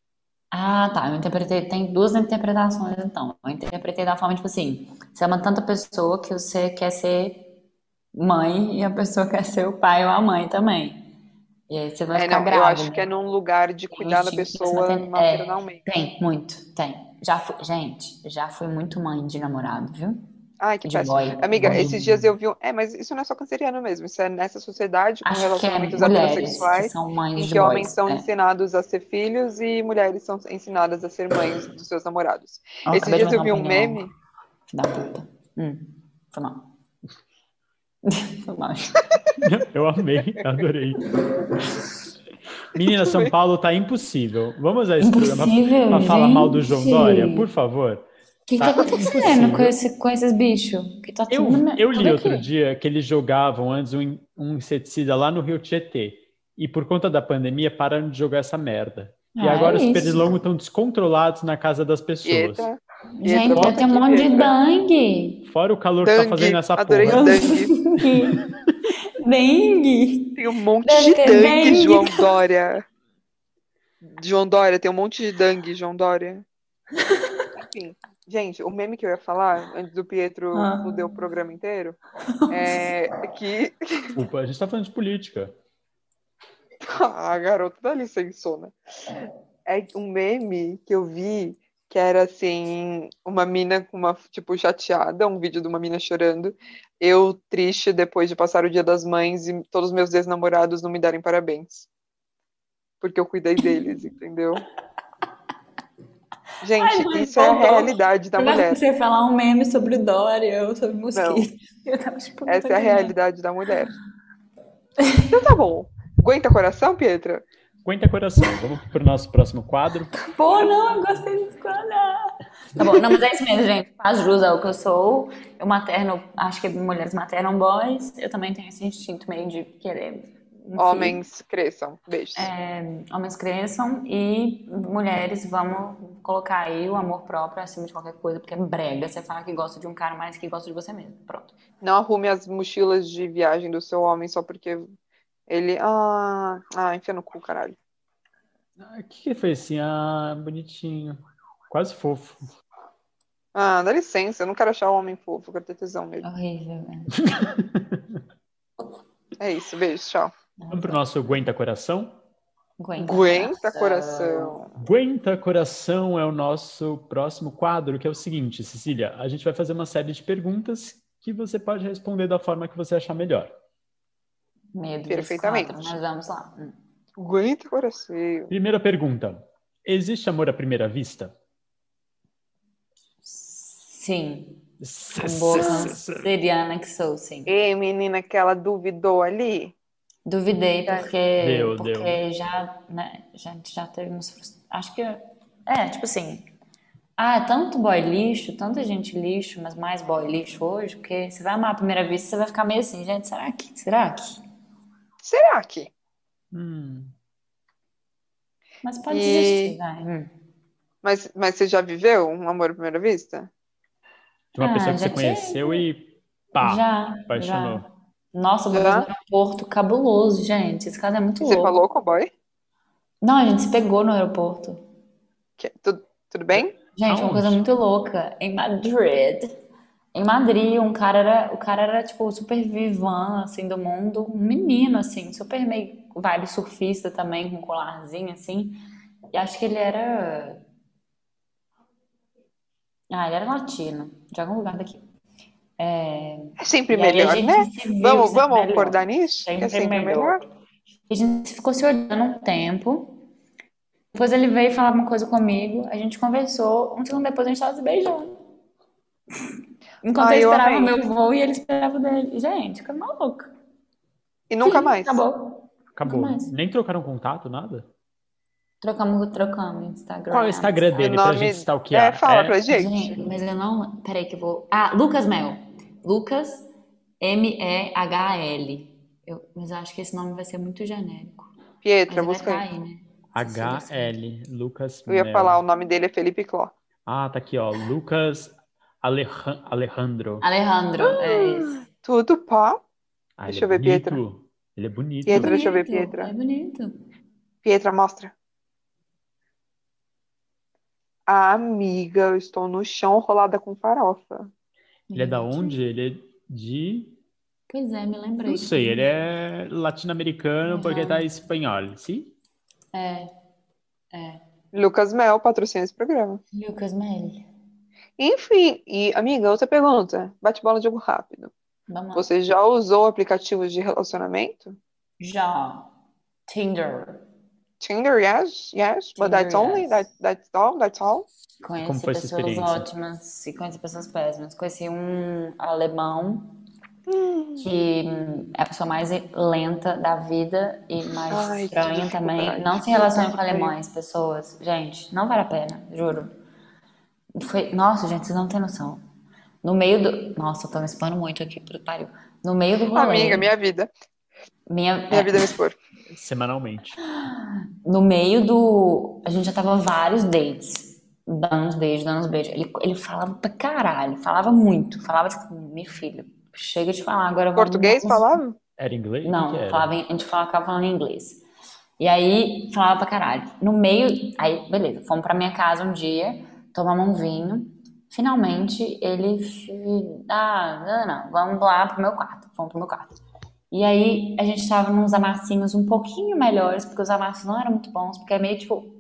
S2: Ah, tá. Eu interpretei. Tem duas interpretações, então. Eu interpretei da forma, tipo assim: você ama tanta pessoa que você quer ser mãe e a pessoa quer ser o pai ou a mãe também. E aí você vai
S3: É,
S2: ficar
S3: não, eu
S2: grávida.
S3: acho que é num lugar de cuidar da
S2: instintos
S3: pessoa
S2: matern- é.
S3: maternalmente.
S2: Tem, muito, tem. Já fui, gente, já fui muito mãe de namorado, viu?
S3: Ai, que
S2: De
S3: péssimo.
S2: boy.
S3: Amiga,
S2: boy.
S3: esses dias eu vi um... É, mas isso não é só canceriano mesmo, isso é nessa sociedade com
S2: Acho que é
S3: relacionamentos
S2: mulheres que
S3: heterossexuais.
S2: são mães
S3: em
S2: de
S3: que homens
S2: boys.
S3: são
S2: É.
S3: ensinados a ser filhos e mulheres são ensinadas a ser mães dos seus namorados.
S2: Ó,
S3: Esses
S2: acabei de
S3: dias eu
S2: mandar
S3: vi um
S2: opinião.
S3: meme.
S2: Filho da puta. Hum, foi mal. Foi mal.
S4: Eu amei, adorei. Menina, São Paulo tá impossível. Vamos a esse programa
S2: Impossível,
S4: pra falar mal do João
S2: gente.
S4: Dória, por favor.
S2: O que
S4: Tá
S2: tá acontecendo
S4: impossível.
S2: com, esse, com esses bichos? Que tá
S4: Eu,
S2: tudo na-
S4: eu
S2: tudo
S4: li outro
S2: aqui.
S4: dia que eles jogavam antes um, in- um inseticida lá no Rio Tietê. E por conta da pandemia, pararam de jogar essa merda. E
S2: Ah,
S4: agora
S2: é
S4: os
S2: isso.
S4: pernilongos estão descontrolados na casa das pessoas.
S3: Eita,
S2: Gente,
S4: Bota
S2: vai ter um monte de
S3: né?
S2: dengue.
S4: Fora o calor que
S3: Dengue,
S4: tá fazendo essa
S3: adorei
S4: porra.
S3: um dengue.
S2: Dengue.
S3: Tem um monte
S2: Deve
S3: de
S2: ter
S3: dengue,
S2: dengue.
S3: João Dória. João Dória, tem um monte de dengue, João Dória. Enfim, gente, o meme que eu ia falar, antes do Pietro
S2: Ah.
S3: fuder o programa inteiro, é que.
S4: Desculpa, a gente tá falando de política.
S3: né? Ah, garota, dá licençona. É um meme que eu vi que era assim, uma mina com uma, tipo, chateada, um vídeo de uma mina chorando, eu triste depois de passar o dia das mães e todos os meus ex-namorados não me darem parabéns. Porque eu cuidei deles, entendeu? Gente,
S2: Ai,
S3: isso é a
S2: mas-
S3: realidade da
S2: Eu
S3: mulher.
S2: comecei a falar um meme sobre o Dória, eu sobre mosquito. Eu tava, tipo, não
S3: Essa
S2: tô
S3: é a
S2: entendendo.
S3: realidade da mulher. Então tá bom. Aguenta coração, Pietra?
S4: Aguenta coração, vamos pro nosso próximo quadro.
S2: Pô, não, eu gostei desse quadro. Tá bom, não, mas é isso mesmo, gente. Faz jus ao que eu sou. Eu materno, acho que mulheres maternam boys. Eu também tenho esse instinto meio de querer. enfim,
S3: Homens cresçam. Beijos.
S2: Homens cresçam e mulheres, vamos colocar aí o amor próprio acima de qualquer coisa, porque é brega você falar que gosta de um cara mais que gosta de você mesmo. Pronto.
S3: Não arrume as mochilas de viagem do seu homem só porque ele. Ah, ah enfia no cu, caralho.
S4: Ah, O que, que foi assim? Ah, bonitinho. Quase fofo.
S3: Ah, dá licença, eu não quero achar o homem fofo, eu quero ter tesão mesmo.
S2: Horrível, né? velho.
S3: É isso, beijo, tchau.
S4: Vamos pro nosso Aguenta Coração?
S2: Aguenta.
S3: Aguenta, coração.
S4: Aguenta Coração é o nosso próximo quadro, que é o seguinte, Cecília. A gente vai fazer uma série de perguntas que você pode responder da forma que você achar melhor.
S2: Medo desse
S3: Perfeitamente.
S2: quadro, mas vamos lá. Hum.
S3: Aguenta, coração.
S4: Primeira pergunta: Existe amor à primeira vista?
S2: Sim, boa canceriana que sou, sim.
S3: Ei, menina, que ela duvidou ali?
S2: Duvidei
S3: é.
S2: porque,
S4: Deu,
S2: porque
S4: deu.
S2: já, né, já, já teve uns frus- Acho que é, tipo assim. Ah, é tanto boy lixo, tanta gente lixo, mas mais boy lixo hoje, porque você vai amar à primeira vista, você vai ficar meio assim, gente, será que? Será que?
S3: Será que?
S4: Hum.
S2: Mas pode
S3: E-
S2: desistir, vai. Hum.
S3: Mas, mas você já viveu um amor à primeira vista?
S4: De uma
S2: Ah,
S4: pessoa que
S2: já
S4: você conheceu e pá,
S2: Já,
S4: apaixonou.
S2: já. Nossa, eu vou
S3: Já?
S2: fazer um aeroporto cabuloso, gente. Esse caso é muito
S3: Você
S2: louco.
S3: falou com o boy?
S2: Não, a gente se pegou no aeroporto.
S3: Que- tu- tudo bem?
S2: Gente, uma
S4: Aonde?
S2: coisa muito louca. Em Madrid. Em Madrid, um cara era, o cara era tipo super vivan assim do mundo, um menino assim, super meio vibe surfista também, com um colarzinho assim. E acho que ele era Ah, ele era latino, de algum lugar daqui.
S3: É sempre
S2: E aí a
S3: melhor,
S2: gente
S3: né?
S2: se viu,
S3: Vamos,
S2: sempre
S3: vamos
S2: melhor.
S3: acordar nisso? Que
S2: Sempre
S3: é sempre
S2: melhor.
S3: melhor?
S2: E a gente ficou se olhando um tempo. Depois ele veio falar uma coisa comigo, a gente conversou. Um segundo depois a gente tava se beijando. Enquanto
S3: Ai,
S2: eu
S3: eu
S2: esperava o
S3: amei.
S2: meu voo e ele esperava o dele. Gente, coisa maluca.
S3: E nunca
S2: Fim,
S3: mais.
S2: Acabou.
S4: Acabou.
S2: Nunca mais.
S4: Nem trocaram contato, nada?
S2: Trocamos, trocamos o Instagram.
S4: Qual é o Instagram dele pra
S3: nome-
S4: gente stalkear?
S3: É, fala
S4: É-
S3: pra gente.
S2: Gente, mas eu não. Peraí que eu vou. Ah, Lucas Mel. Lucas M-E-H-L. Eu, mas eu acho que esse nome vai ser muito genérico. Mas ele
S3: Pietra,
S2: vai
S3: busca aí.
S2: tá aí, né?
S4: HL, Lucas
S3: Eu ia
S4: Mel.
S3: falar, o nome dele é Felipe Cló.
S4: Ah, tá aqui, ó. Lucas Alejan- Alejandro.
S2: Alejandro,
S3: Ah.
S2: é esse.
S3: Tudo pá?
S4: Ah,
S3: deixa
S4: ele é
S3: eu ver,
S4: bonito.
S3: Pietra.
S4: Ele é bonito.
S3: Pietra. deixa eu ver,
S2: Bonito,
S3: Pietra.
S2: É bonito.
S3: Pietra, mostra. Ah, amiga, eu estou no chão rolada com farofa.
S4: Ele é da
S2: Gente.
S4: onde? Ele é de.
S2: Pois é, me lembrei.
S4: Não sei, ele é latino-americano
S2: Aham.
S4: porque tá espanhol, sim?
S2: É,
S3: Lucas Mel patrocina esse programa.
S2: Lucas Melli.
S3: Enfim, e amiga, outra pergunta. Bate bola, jogo rápido.
S2: Vamos lá.
S3: Você já usou aplicativos de relacionamento?
S2: Já. Tinder.
S3: Tinder, yes, yes, but
S2: Tinder,
S3: that's only,
S2: yes.
S3: that, that's all, that's all.
S2: Conheci
S4: Como foi sua
S2: pessoas
S4: experiência?
S2: ótimas e conheci pessoas péssimas. Conheci um alemão que hum, é a pessoa mais lenta da vida e mais
S3: Ai, que
S2: estranha também.
S3: dificuldade.
S2: Não se relacione com
S3: Puta que pariu.
S2: alemães, pessoas. Gente, não vale a pena, juro. Foi... Nossa, gente, vocês não têm noção. No meio do. Nossa, eu tô me expondo muito aqui, puta que pariu. No meio do rolê.
S3: Amiga, minha vida.
S2: minha...
S3: Minha
S2: é,
S3: vida me expor.
S4: Semanalmente.
S2: No meio do. A gente já tava vários dates. Dando uns beijos, dando uns beijos. Ele, ele falava pra caralho, falava muito. Falava tipo, meu filho, chega de falar agora. vamos-
S3: Português
S2: vamos-
S3: falava?
S4: Era inglês? O
S2: Não,
S4: que era?
S2: falava em- a gente falava, ficava falando em inglês. E aí falava pra caralho. No meio. Aí, beleza, fomos pra minha casa um dia, tomamos um vinho. Finalmente ele. fi- Ah, não, não, não, vamos lá pro meu quarto. Vamos pro meu quarto. E aí a gente tava nos amassinhos um pouquinho melhores, porque os amassos não eram muito bons, porque é meio tipo.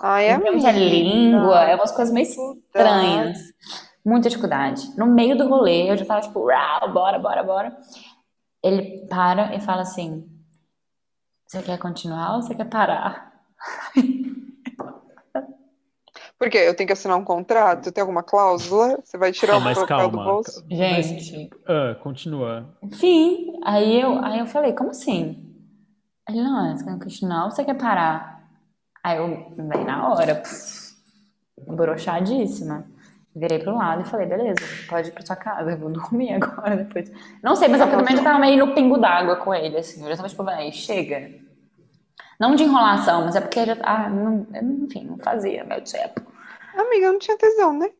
S3: Ai, é tá.
S2: muita língua, é umas coisas meio estranhas. Muita dificuldade. No meio do rolê, eu já tava tipo, uau, bora, bora, bora. Ele para e fala assim: Você quer continuar ou você quer parar?
S3: Porque eu tenho que assinar um
S2: Hum.
S3: contrato, tem alguma cláusula? Você vai tirar
S4: Ah,
S3: o
S4: mas
S3: papel do
S4: calma.
S3: bolso?
S2: Gente,
S4: Ah, continua.
S2: enfim. Aí eu, aí eu falei: Como assim? Ele, não, é, você quer continuar ou você quer parar? Aí eu, bem na hora, pff, broxadíssima. Virei pro lado e falei, beleza, pode ir pra sua casa, eu vou dormir agora depois. Não sei, mas eu também já tava meio no pingo d'água com ele, assim. Eu já tava tipo, véi, chega. Não de enrolação, mas é porque já. Ah, não, enfim, não fazia meu tempo.
S3: Amiga, não tinha tesão, né?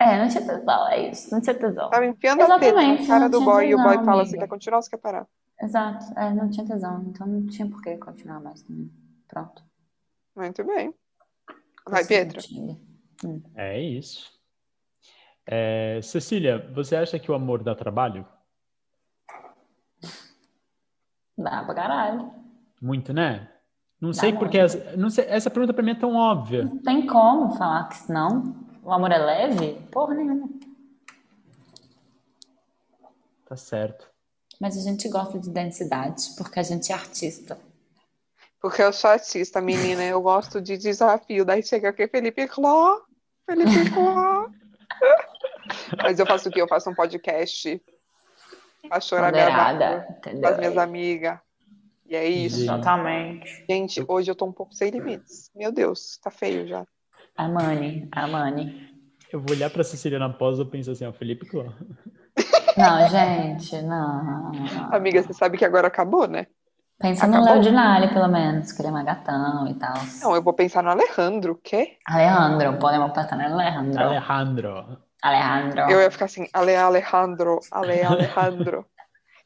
S2: É, não tinha tesão, é isso, não tinha tesão.
S3: Tava enfiando a teta
S2: Exatamente,
S3: na cara
S2: não
S3: do
S2: tinha
S3: boy e o boy
S2: tesão,
S3: fala:
S2: amiga.
S3: Você quer continuar ou você quer parar?
S2: Exato, é, não tinha tesão, então não tinha por que continuar mais. também. Pronto.
S3: Muito bem. Vai,
S2: Assim,
S3: Pedro.
S2: tinha.
S4: É isso. É, Cecília, você acha que o amor dá trabalho?
S2: Dá pra caralho.
S4: Muito, né? Não
S2: Dá
S4: sei
S2: muito.
S4: porque. as- não sei- essa pergunta pra mim é tão óbvia.
S2: Não tem como falar que não. O amor é leve? Porra nenhuma.
S4: Tá certo.
S2: Mas a gente gosta de densidade, porque a gente é artista.
S3: Porque eu sou artista, menina. Eu gosto de desafio. Daí chega aqui, Felipe Cló. Felipe Cló. Mas eu faço o quê? Eu faço um podcast pra chorar minha barba
S2: Moderada,
S3: com as
S2: entendeu?
S3: minhas amigas. E é isso.
S4: Gente. Uhum.
S2: Exatamente.
S3: Gente, hoje eu tô um pouco sem limites. Meu Deus, tá feio já.
S2: A Mani, a Mani.
S4: Eu vou olhar pra Cecília na pós e eu penso assim, ó, Felipe Cló.
S2: Não, gente, não.
S3: Amiga, você sabe que agora acabou, né?
S2: Pensa no
S3: acabou?
S2: Léo Dinali, pelo menos, que ele é magatão e tal.
S3: Não, eu vou pensar no Alejandro, o quê?
S2: Alejandro, podemos passar no Alejandro.
S4: Alejandro.
S2: Alejandro.
S3: Eu ia ficar assim, Ale Alejandro, Ale Alejandro.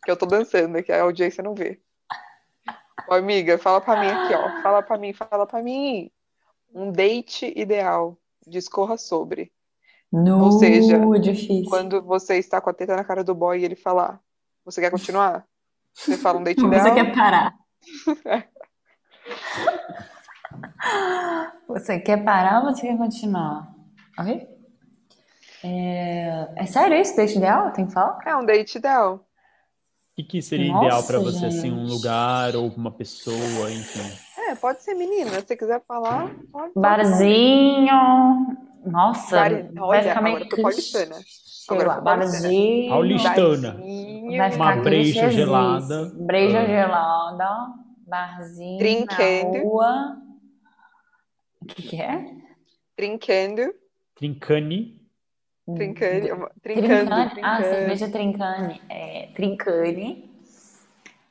S3: que eu tô dançando, que a audiência não vê. Ô, amiga, fala pra mim aqui, ó. Fala pra mim, fala pra mim. Um date ideal. Discorra sobre.
S2: Nu,
S3: ou seja,
S2: difícil.
S3: Quando você está com a teta na cara do boy e ele falar, você quer continuar? Você fala um date
S2: Você
S3: ideal?
S2: quer parar? Você quer parar ou você quer continuar? Ok? É, é sério isso? Deixa ideal? Tem que falar?
S3: É um date ideal.
S4: O que, que seria
S2: Nossa,
S4: ideal pra você, assim, um
S2: gente.
S4: lugar ou uma pessoa, enfim?
S3: É, pode ser menina. Se você quiser falar, pode.
S2: Barzinho. Nossa,
S3: Bar-
S2: vai
S3: olha,
S2: ficar meio
S3: agora eu tô paulistana.
S2: Sei
S3: né? Agora eu
S2: lá,
S3: tô paulistana.
S2: barzinho.
S4: Paulista. Paulistana.
S2: Vai
S3: Barzinho.
S4: Uma
S2: ficar
S4: breja
S2: clichêzinho.
S4: gelada.
S2: Breja
S4: Ah.
S2: gelada. Barzinho.
S3: Trinquendo.
S2: Na rua. O que, que é?
S3: Trincando.
S4: Trincani.
S3: Trincando. Trincando.
S2: Trincane? Hum, Ah, cerveja trincane. É, trincane.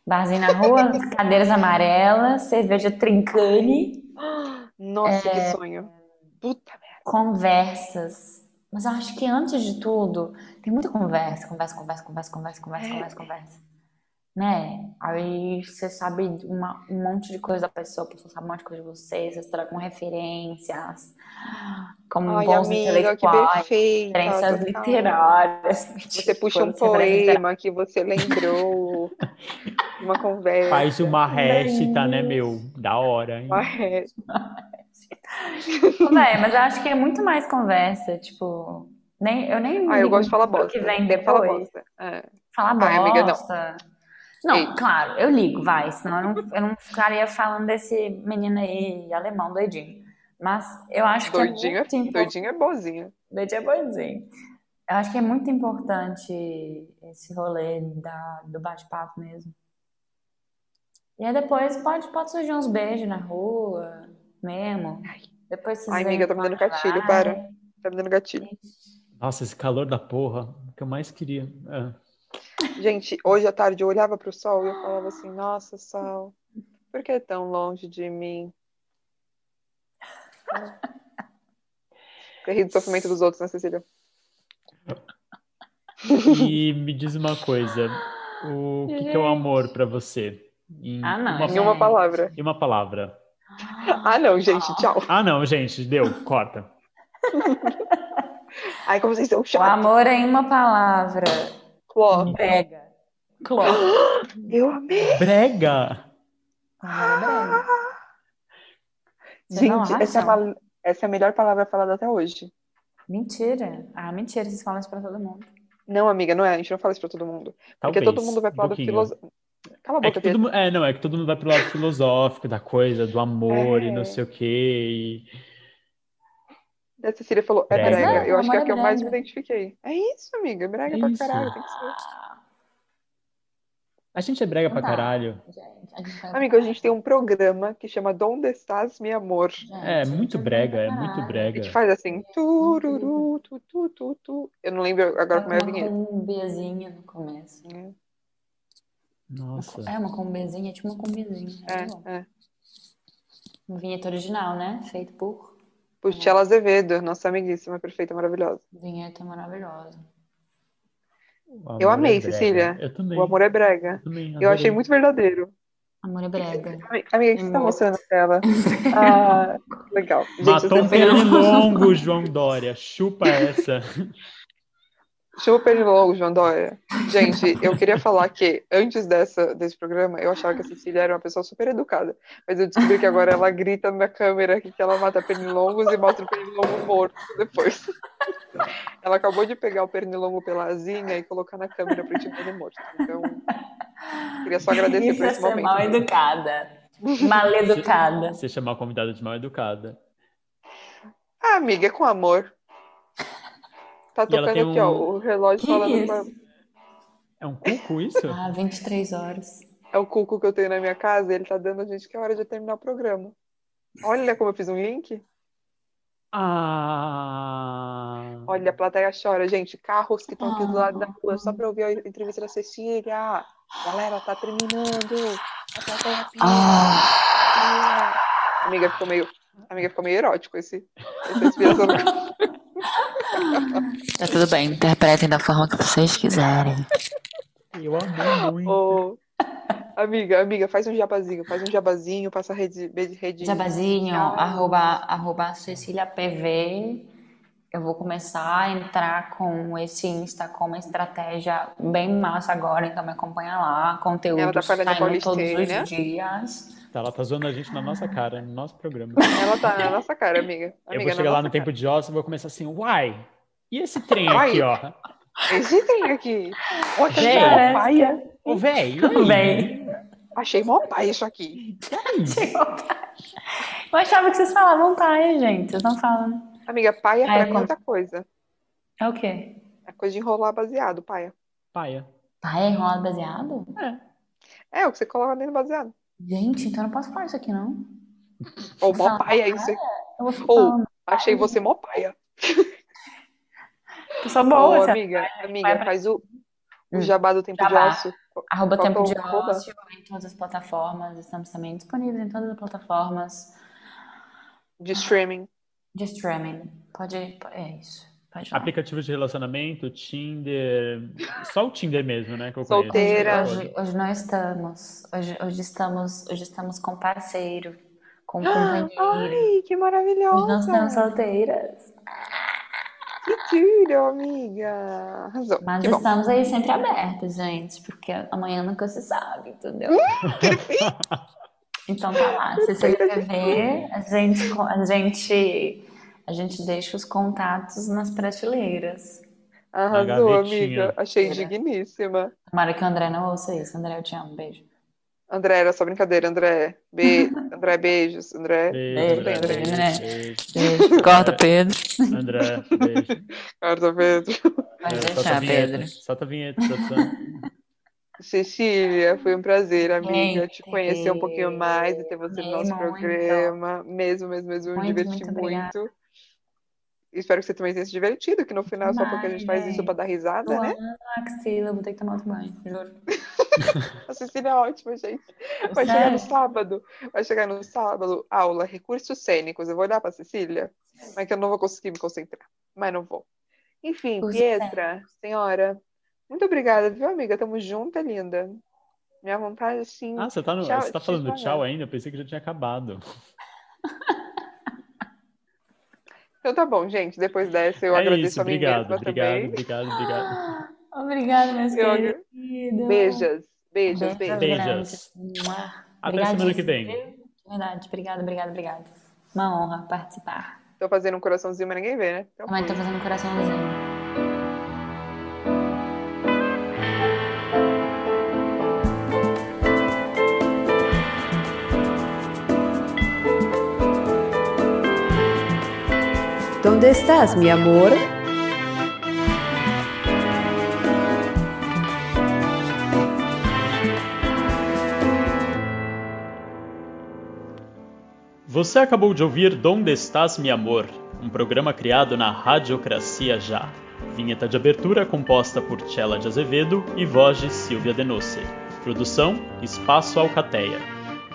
S2: Barzinho na rua, cadeiras amarelas, cerveja trincane,
S3: Nossa,
S2: é,
S3: que sonho. Puta merda.
S2: conversas. Mas eu acho que antes de tudo, tem muita conversa, conversa, conversa, conversa, conversa, conversa,
S3: É.
S2: conversa, conversa. Né? Aí você sabe uma- um monte de coisa da pessoa, a pessoa sabe um monte de coisa de você, vocês trocam referências, como
S3: Ai,
S2: bons
S3: amiga, que
S2: intelectuais,
S3: perfeita.
S2: referências
S3: total.
S2: literárias. tipo,
S3: Você puxa um
S2: Referências literárias.
S3: poema que você lembrou. uma conversa.
S4: Faz uma récita, né, meu? Da hora, hein?
S3: Uma ré-
S2: Véi, mas eu acho que é muito mais conversa, tipo, nem, eu nem
S3: Ah, eu
S2: ligo
S3: gosto de falar
S2: pro
S3: bosta.
S2: que vem
S3: Fala
S2: depois.
S3: bosta. É.
S2: Falar
S3: Ai, amiga, não.
S2: bosta. Não,
S3: Ei.
S2: claro, eu ligo, vai, senão eu não, eu não ficaria falando desse menino aí, alemão, doidinho. Mas eu acho que é
S3: Doidinho é-
S2: muito importante.
S3: Doidinho é bonzinho.
S2: Doidinho é bonzinho. Eu acho que é muito importante esse rolê da, do bate-papo mesmo. E aí depois pode, pode surgir uns beijos na rua, mesmo. Depois vocês
S3: Ai,
S2: veem
S3: amiga, tá me dando
S2: pra
S3: gatilho,
S2: lá.
S3: para. Tá me dando gatilho.
S4: Nossa, esse calor da porra. O que eu mais queria. Ah.
S3: Gente, hoje à tarde eu olhava pro sol e eu falava assim, nossa, sol, por que é tão longe de mim? Você ri do sofrimento dos outros, né, Cecília?
S4: E me diz uma coisa. O que, que é o amor pra você? Em
S2: Ah, não,
S4: uma,
S2: gente.
S3: Em uma palavra.
S4: em uma palavra.
S3: Ah, não, gente, tchau.
S4: Ah, não, gente, deu, corta.
S3: Ai, como vocês são
S2: O
S3: chatos.
S2: amor é em uma palavra.
S3: Cló.
S2: Brega. Cló.
S3: Eu amei.
S4: Brega!
S2: Amor é brega. Você não
S3: Gente, essa é,
S2: acha?
S3: a mal- essa é a melhor palavra falada até hoje.
S2: Mentira. Ah, mentira, vocês falam isso pra todo mundo.
S3: Não, amiga, não é. A gente não fala isso pra todo mundo. Porque
S4: Talvez,
S3: É todo mundo vai
S4: um
S3: pro lado
S4: pouquinho.
S3: filosófico. Cala
S4: É
S3: a boca,
S4: que
S3: Pedro.
S4: todo mundo, é, não, é que todo mundo vai pro lado filosófico da coisa, do amor e
S3: É.
S4: não sei o quê. e-
S3: A Cecília falou, é
S4: Brega.
S3: brega.
S4: Mas não,
S3: eu acho que é
S2: amor
S3: a que eu
S2: é
S3: mais me
S2: brega.
S3: identifiquei. É isso, amiga. Brega
S4: É
S3: pra
S4: isso.
S3: caralho. Tem que ser.
S4: A gente é brega
S2: Não
S4: pra
S2: dá.
S4: caralho.
S2: Gente, a gente vai-
S3: Amiga, a gente tem um programa que chama Donde Estás, Meu Amor.
S2: Gente,
S4: É,
S2: a gente
S4: muito
S2: vai
S4: brega, é
S2: parar.
S4: muito
S3: A gente
S4: brega.
S3: faz assim, tururu, tu, tu, tu, tu. Eu não lembro agora como é a
S2: Uma
S3: vinheta.
S2: cumbezinha no começo.
S4: Nossa.
S2: É uma combezinha, é tipo uma combezinha. É. bom.
S3: É, é.
S2: Uma vinheta original, né? Feito por
S3: Por Tchela Azevedo, nossa amiguíssima, perfeita, maravilhosa.
S2: vinheta maravilhosa.
S4: o amor
S3: Eu amei,
S4: é brega.
S3: Cecília.
S4: Eu também.
S3: O amor é brega.
S4: eu também,
S3: Eu achei
S4: adorei.
S3: muito verdadeiro.
S2: Amor é brega.
S3: Ami- Amiga, o que você tá
S2: Amor.
S3: mostrando na tela? Ah, legal. Gente,
S4: Matou um
S3: vocês têm-
S4: pernilongo, João Dória. Chupa essa.
S3: Chupa de logo, João Dória. Gente, eu queria falar que antes dessa, desse programa, eu achava que a Cecília era uma pessoa super educada. Mas eu descobri que agora ela grita na câmera aqui que ela mata pernilongos e mostra o pernilongo morto depois. Ela acabou de pegar o pernilongo pela asinha e colocar na câmera pra gente ver ele morto. Então, queria só agradecer
S2: Isso
S3: por
S2: é ser
S3: esse
S2: mal
S3: momento.
S2: educada. Mal educada.
S4: Você chamar a convidada de mal educada.
S3: Ah, amiga, é com amor. Tá
S4: E ela
S3: tocando
S4: tem
S3: aqui, ó,
S4: um-
S3: o relógio
S2: Que
S3: falando com a-
S2: isso?
S4: É um cuco isso?
S2: Ah, 23 horas.
S3: É o cuco que eu tenho na minha casa, ele tá dando a gente que é hora de terminar o programa. Olha como eu fiz um link.
S4: Ah.
S3: Olha, a plateia chora, gente. Carros que estão aqui do lado da
S2: Ah.
S3: rua, só pra ouvir a entrevista da Cecília. Galera, tá terminando. A plateia pira.
S2: Ah,
S3: Amiga, ficou meio. Amiga, ficou meio erótico esse, essa inspiração.
S2: tá tudo bem. Interpretem da forma que vocês quiserem.
S4: Eu amei muito.
S3: Ô, Amiga, amiga, faz um jabazinho, faz um jabazinho, passa a rede, rede, rede.
S2: Jabazinho,
S3: Ah.
S2: arroba, arroba Cecília PV. Eu vou começar a entrar com esse Insta com uma estratégia bem massa agora, então me acompanha lá. Conteúdo
S3: Ela tá com a Helena
S2: saindo todos os
S3: Paulisteira.
S2: dias.
S4: Tá, ela tá zoando a gente na nossa cara, no nosso programa.
S3: Ela tá na nossa cara, amiga.
S4: Eu
S3: Amiga,
S4: vou
S3: na
S4: chegar lá
S3: nossa
S4: no tempo de ócio e vou começar assim, uai! E esse trem
S3: Uai.
S4: aqui, ó?
S3: cara. Esse trem aqui. Olha,
S4: Gente.
S3: cara, paia.
S4: Ô, velho!
S2: Tudo bem.
S3: Achei mó pai isso aqui.
S2: Eu achava que vocês falavam paia, gente. Vocês não falam.
S3: Amiga, paia
S2: Paia
S3: pra mim é
S2: com-
S3: outra coisa.
S2: É o quê?
S3: É coisa de enrolar baseado, paia.
S4: Paia.
S2: Paia enrolado Tá baseado?
S3: É, o que você coloca dentro do baseado.
S2: Gente, então eu não posso falar isso aqui, não.
S3: Ou mó
S2: Ah,
S3: paia isso aqui.
S2: Eu vou ficar
S3: Ou-
S2: falando.
S3: Achei você mó paia.
S2: Pessoa
S3: Ô,
S2: boa, essa-
S3: amiga, amiga,
S2: vai é pra-
S3: faz o, o
S2: Hum.
S3: jabá do tempo de
S2: Jabá.
S3: ócio.
S2: Arroba
S3: Qual
S2: Tempo
S3: que
S2: de
S3: é o arroba?
S2: Ócio em todas as plataformas. Estamos também disponíveis em todas as plataformas
S3: De streaming.
S2: de streaming. Pode, é isso. Pode falar.
S4: Aplicativo de relacionamento, Tinder. Só o Tinder mesmo, né? Que eu conheço.
S3: Solteira.
S2: Hoje, hoje não estamos. Hoje, hoje estamos. Hoje estamos com parceiro, com companheiro.
S3: Ai, que
S2: Hoje não estamos
S3: maravilhosa.
S2: solteiras.
S3: Que tiro, amiga. Arrasou.
S2: Mas
S3: que bom.
S2: estamos aí sempre abertas, gente. Porque amanhã nunca se sabe, entendeu? Então tá lá, se você escrever, a gente, a gente, a gente deixa os contatos nas prateleiras.
S3: Arrasou,
S4: gavetinha.
S3: amiga. Achei
S2: Tira.
S3: digníssima.
S2: Tomara que o André não ouça isso. André, eu te amo. Beijo.
S3: André, era só brincadeira, André. Be... André, beijos. André,
S4: Beijo, André.
S3: Beijo,
S2: beijo,
S4: Beijo,
S2: Beijo. Corta, Pedro.
S4: André, beijo.
S3: Carta Pedro.
S2: Pode
S4: É, solta a
S2: deixar,
S4: vinheta.
S2: Pedro.
S4: Solta a vinheta, produção.
S3: Cecília, foi um prazer, amiga, te
S2: Gente,
S3: conhecer um pouquinho mais e ter você no
S2: amei
S3: nosso
S2: muito.
S3: programa. Mesmo, mesmo, mesmo, me
S2: Muito,
S3: diverti
S2: muito obrigada.
S3: muito. Espero que você também tenha se divertido, que no final é só porque a gente faz
S2: Demais,
S3: isso pra dar risada,
S2: Eu
S3: né?
S2: amo a axila, vou ter Ah, que tomar outro banho, juro.
S3: A Cecília é ótima, gente. Vai chegar no sábado, vai chegar no sábado, aula, recursos cênicos. Eu vou olhar pra Cecília, mas que eu não vou conseguir me concentrar, mas não vou. Enfim,
S2: Recursos
S3: Pietra, senhora, muito obrigada, viu, amiga? Tamo junta, linda. Minha vontade, assim,
S4: Ah, você tá, no-
S3: Tchau,
S4: você tá
S3: te
S4: falando
S3: espalhar.
S4: tchau ainda? Eu pensei que já tinha acabado.
S3: Então tá bom, gente. Depois dessa eu
S4: é
S3: agradeço
S4: isso,
S3: a mim
S4: obrigado,
S3: mesma
S4: obrigado,
S3: também.
S4: obrigado, obrigado.
S2: Ah, Obrigada, meus
S3: Eu
S2: queridos.
S3: agra- Beijos, beijos,
S2: Beijos
S3: beijos.
S4: Beijos.
S2: grandes. Mua.
S4: Até semana que vem.
S2: Obrigadíssimo, viu? Verdade, obrigada, obrigada, obrigada. Uma honra participar.
S3: Tô fazendo um coraçãozinho, mas ninguém vê, né? Então,
S2: Também tô fazendo um coraçãozinho.
S5: ¿Dónde estás, mi amor?
S4: Você acabou de ouvir Donde Estás, Meu Amor, um programa criado na Radiocracia Já. Vinheta de abertura composta por Tchela de Azevedo e voz de Silvia Denosse. Produção Espaço Alcateia.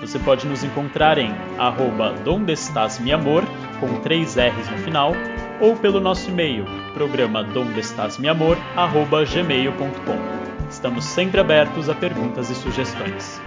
S4: Você pode nos encontrar em arroba Donde Estás, Meu Amor, com três R's no final, ou pelo nosso e-mail, programa dondestasmeamor, arroba gmail.com. Estamos sempre abertos a perguntas e sugestões.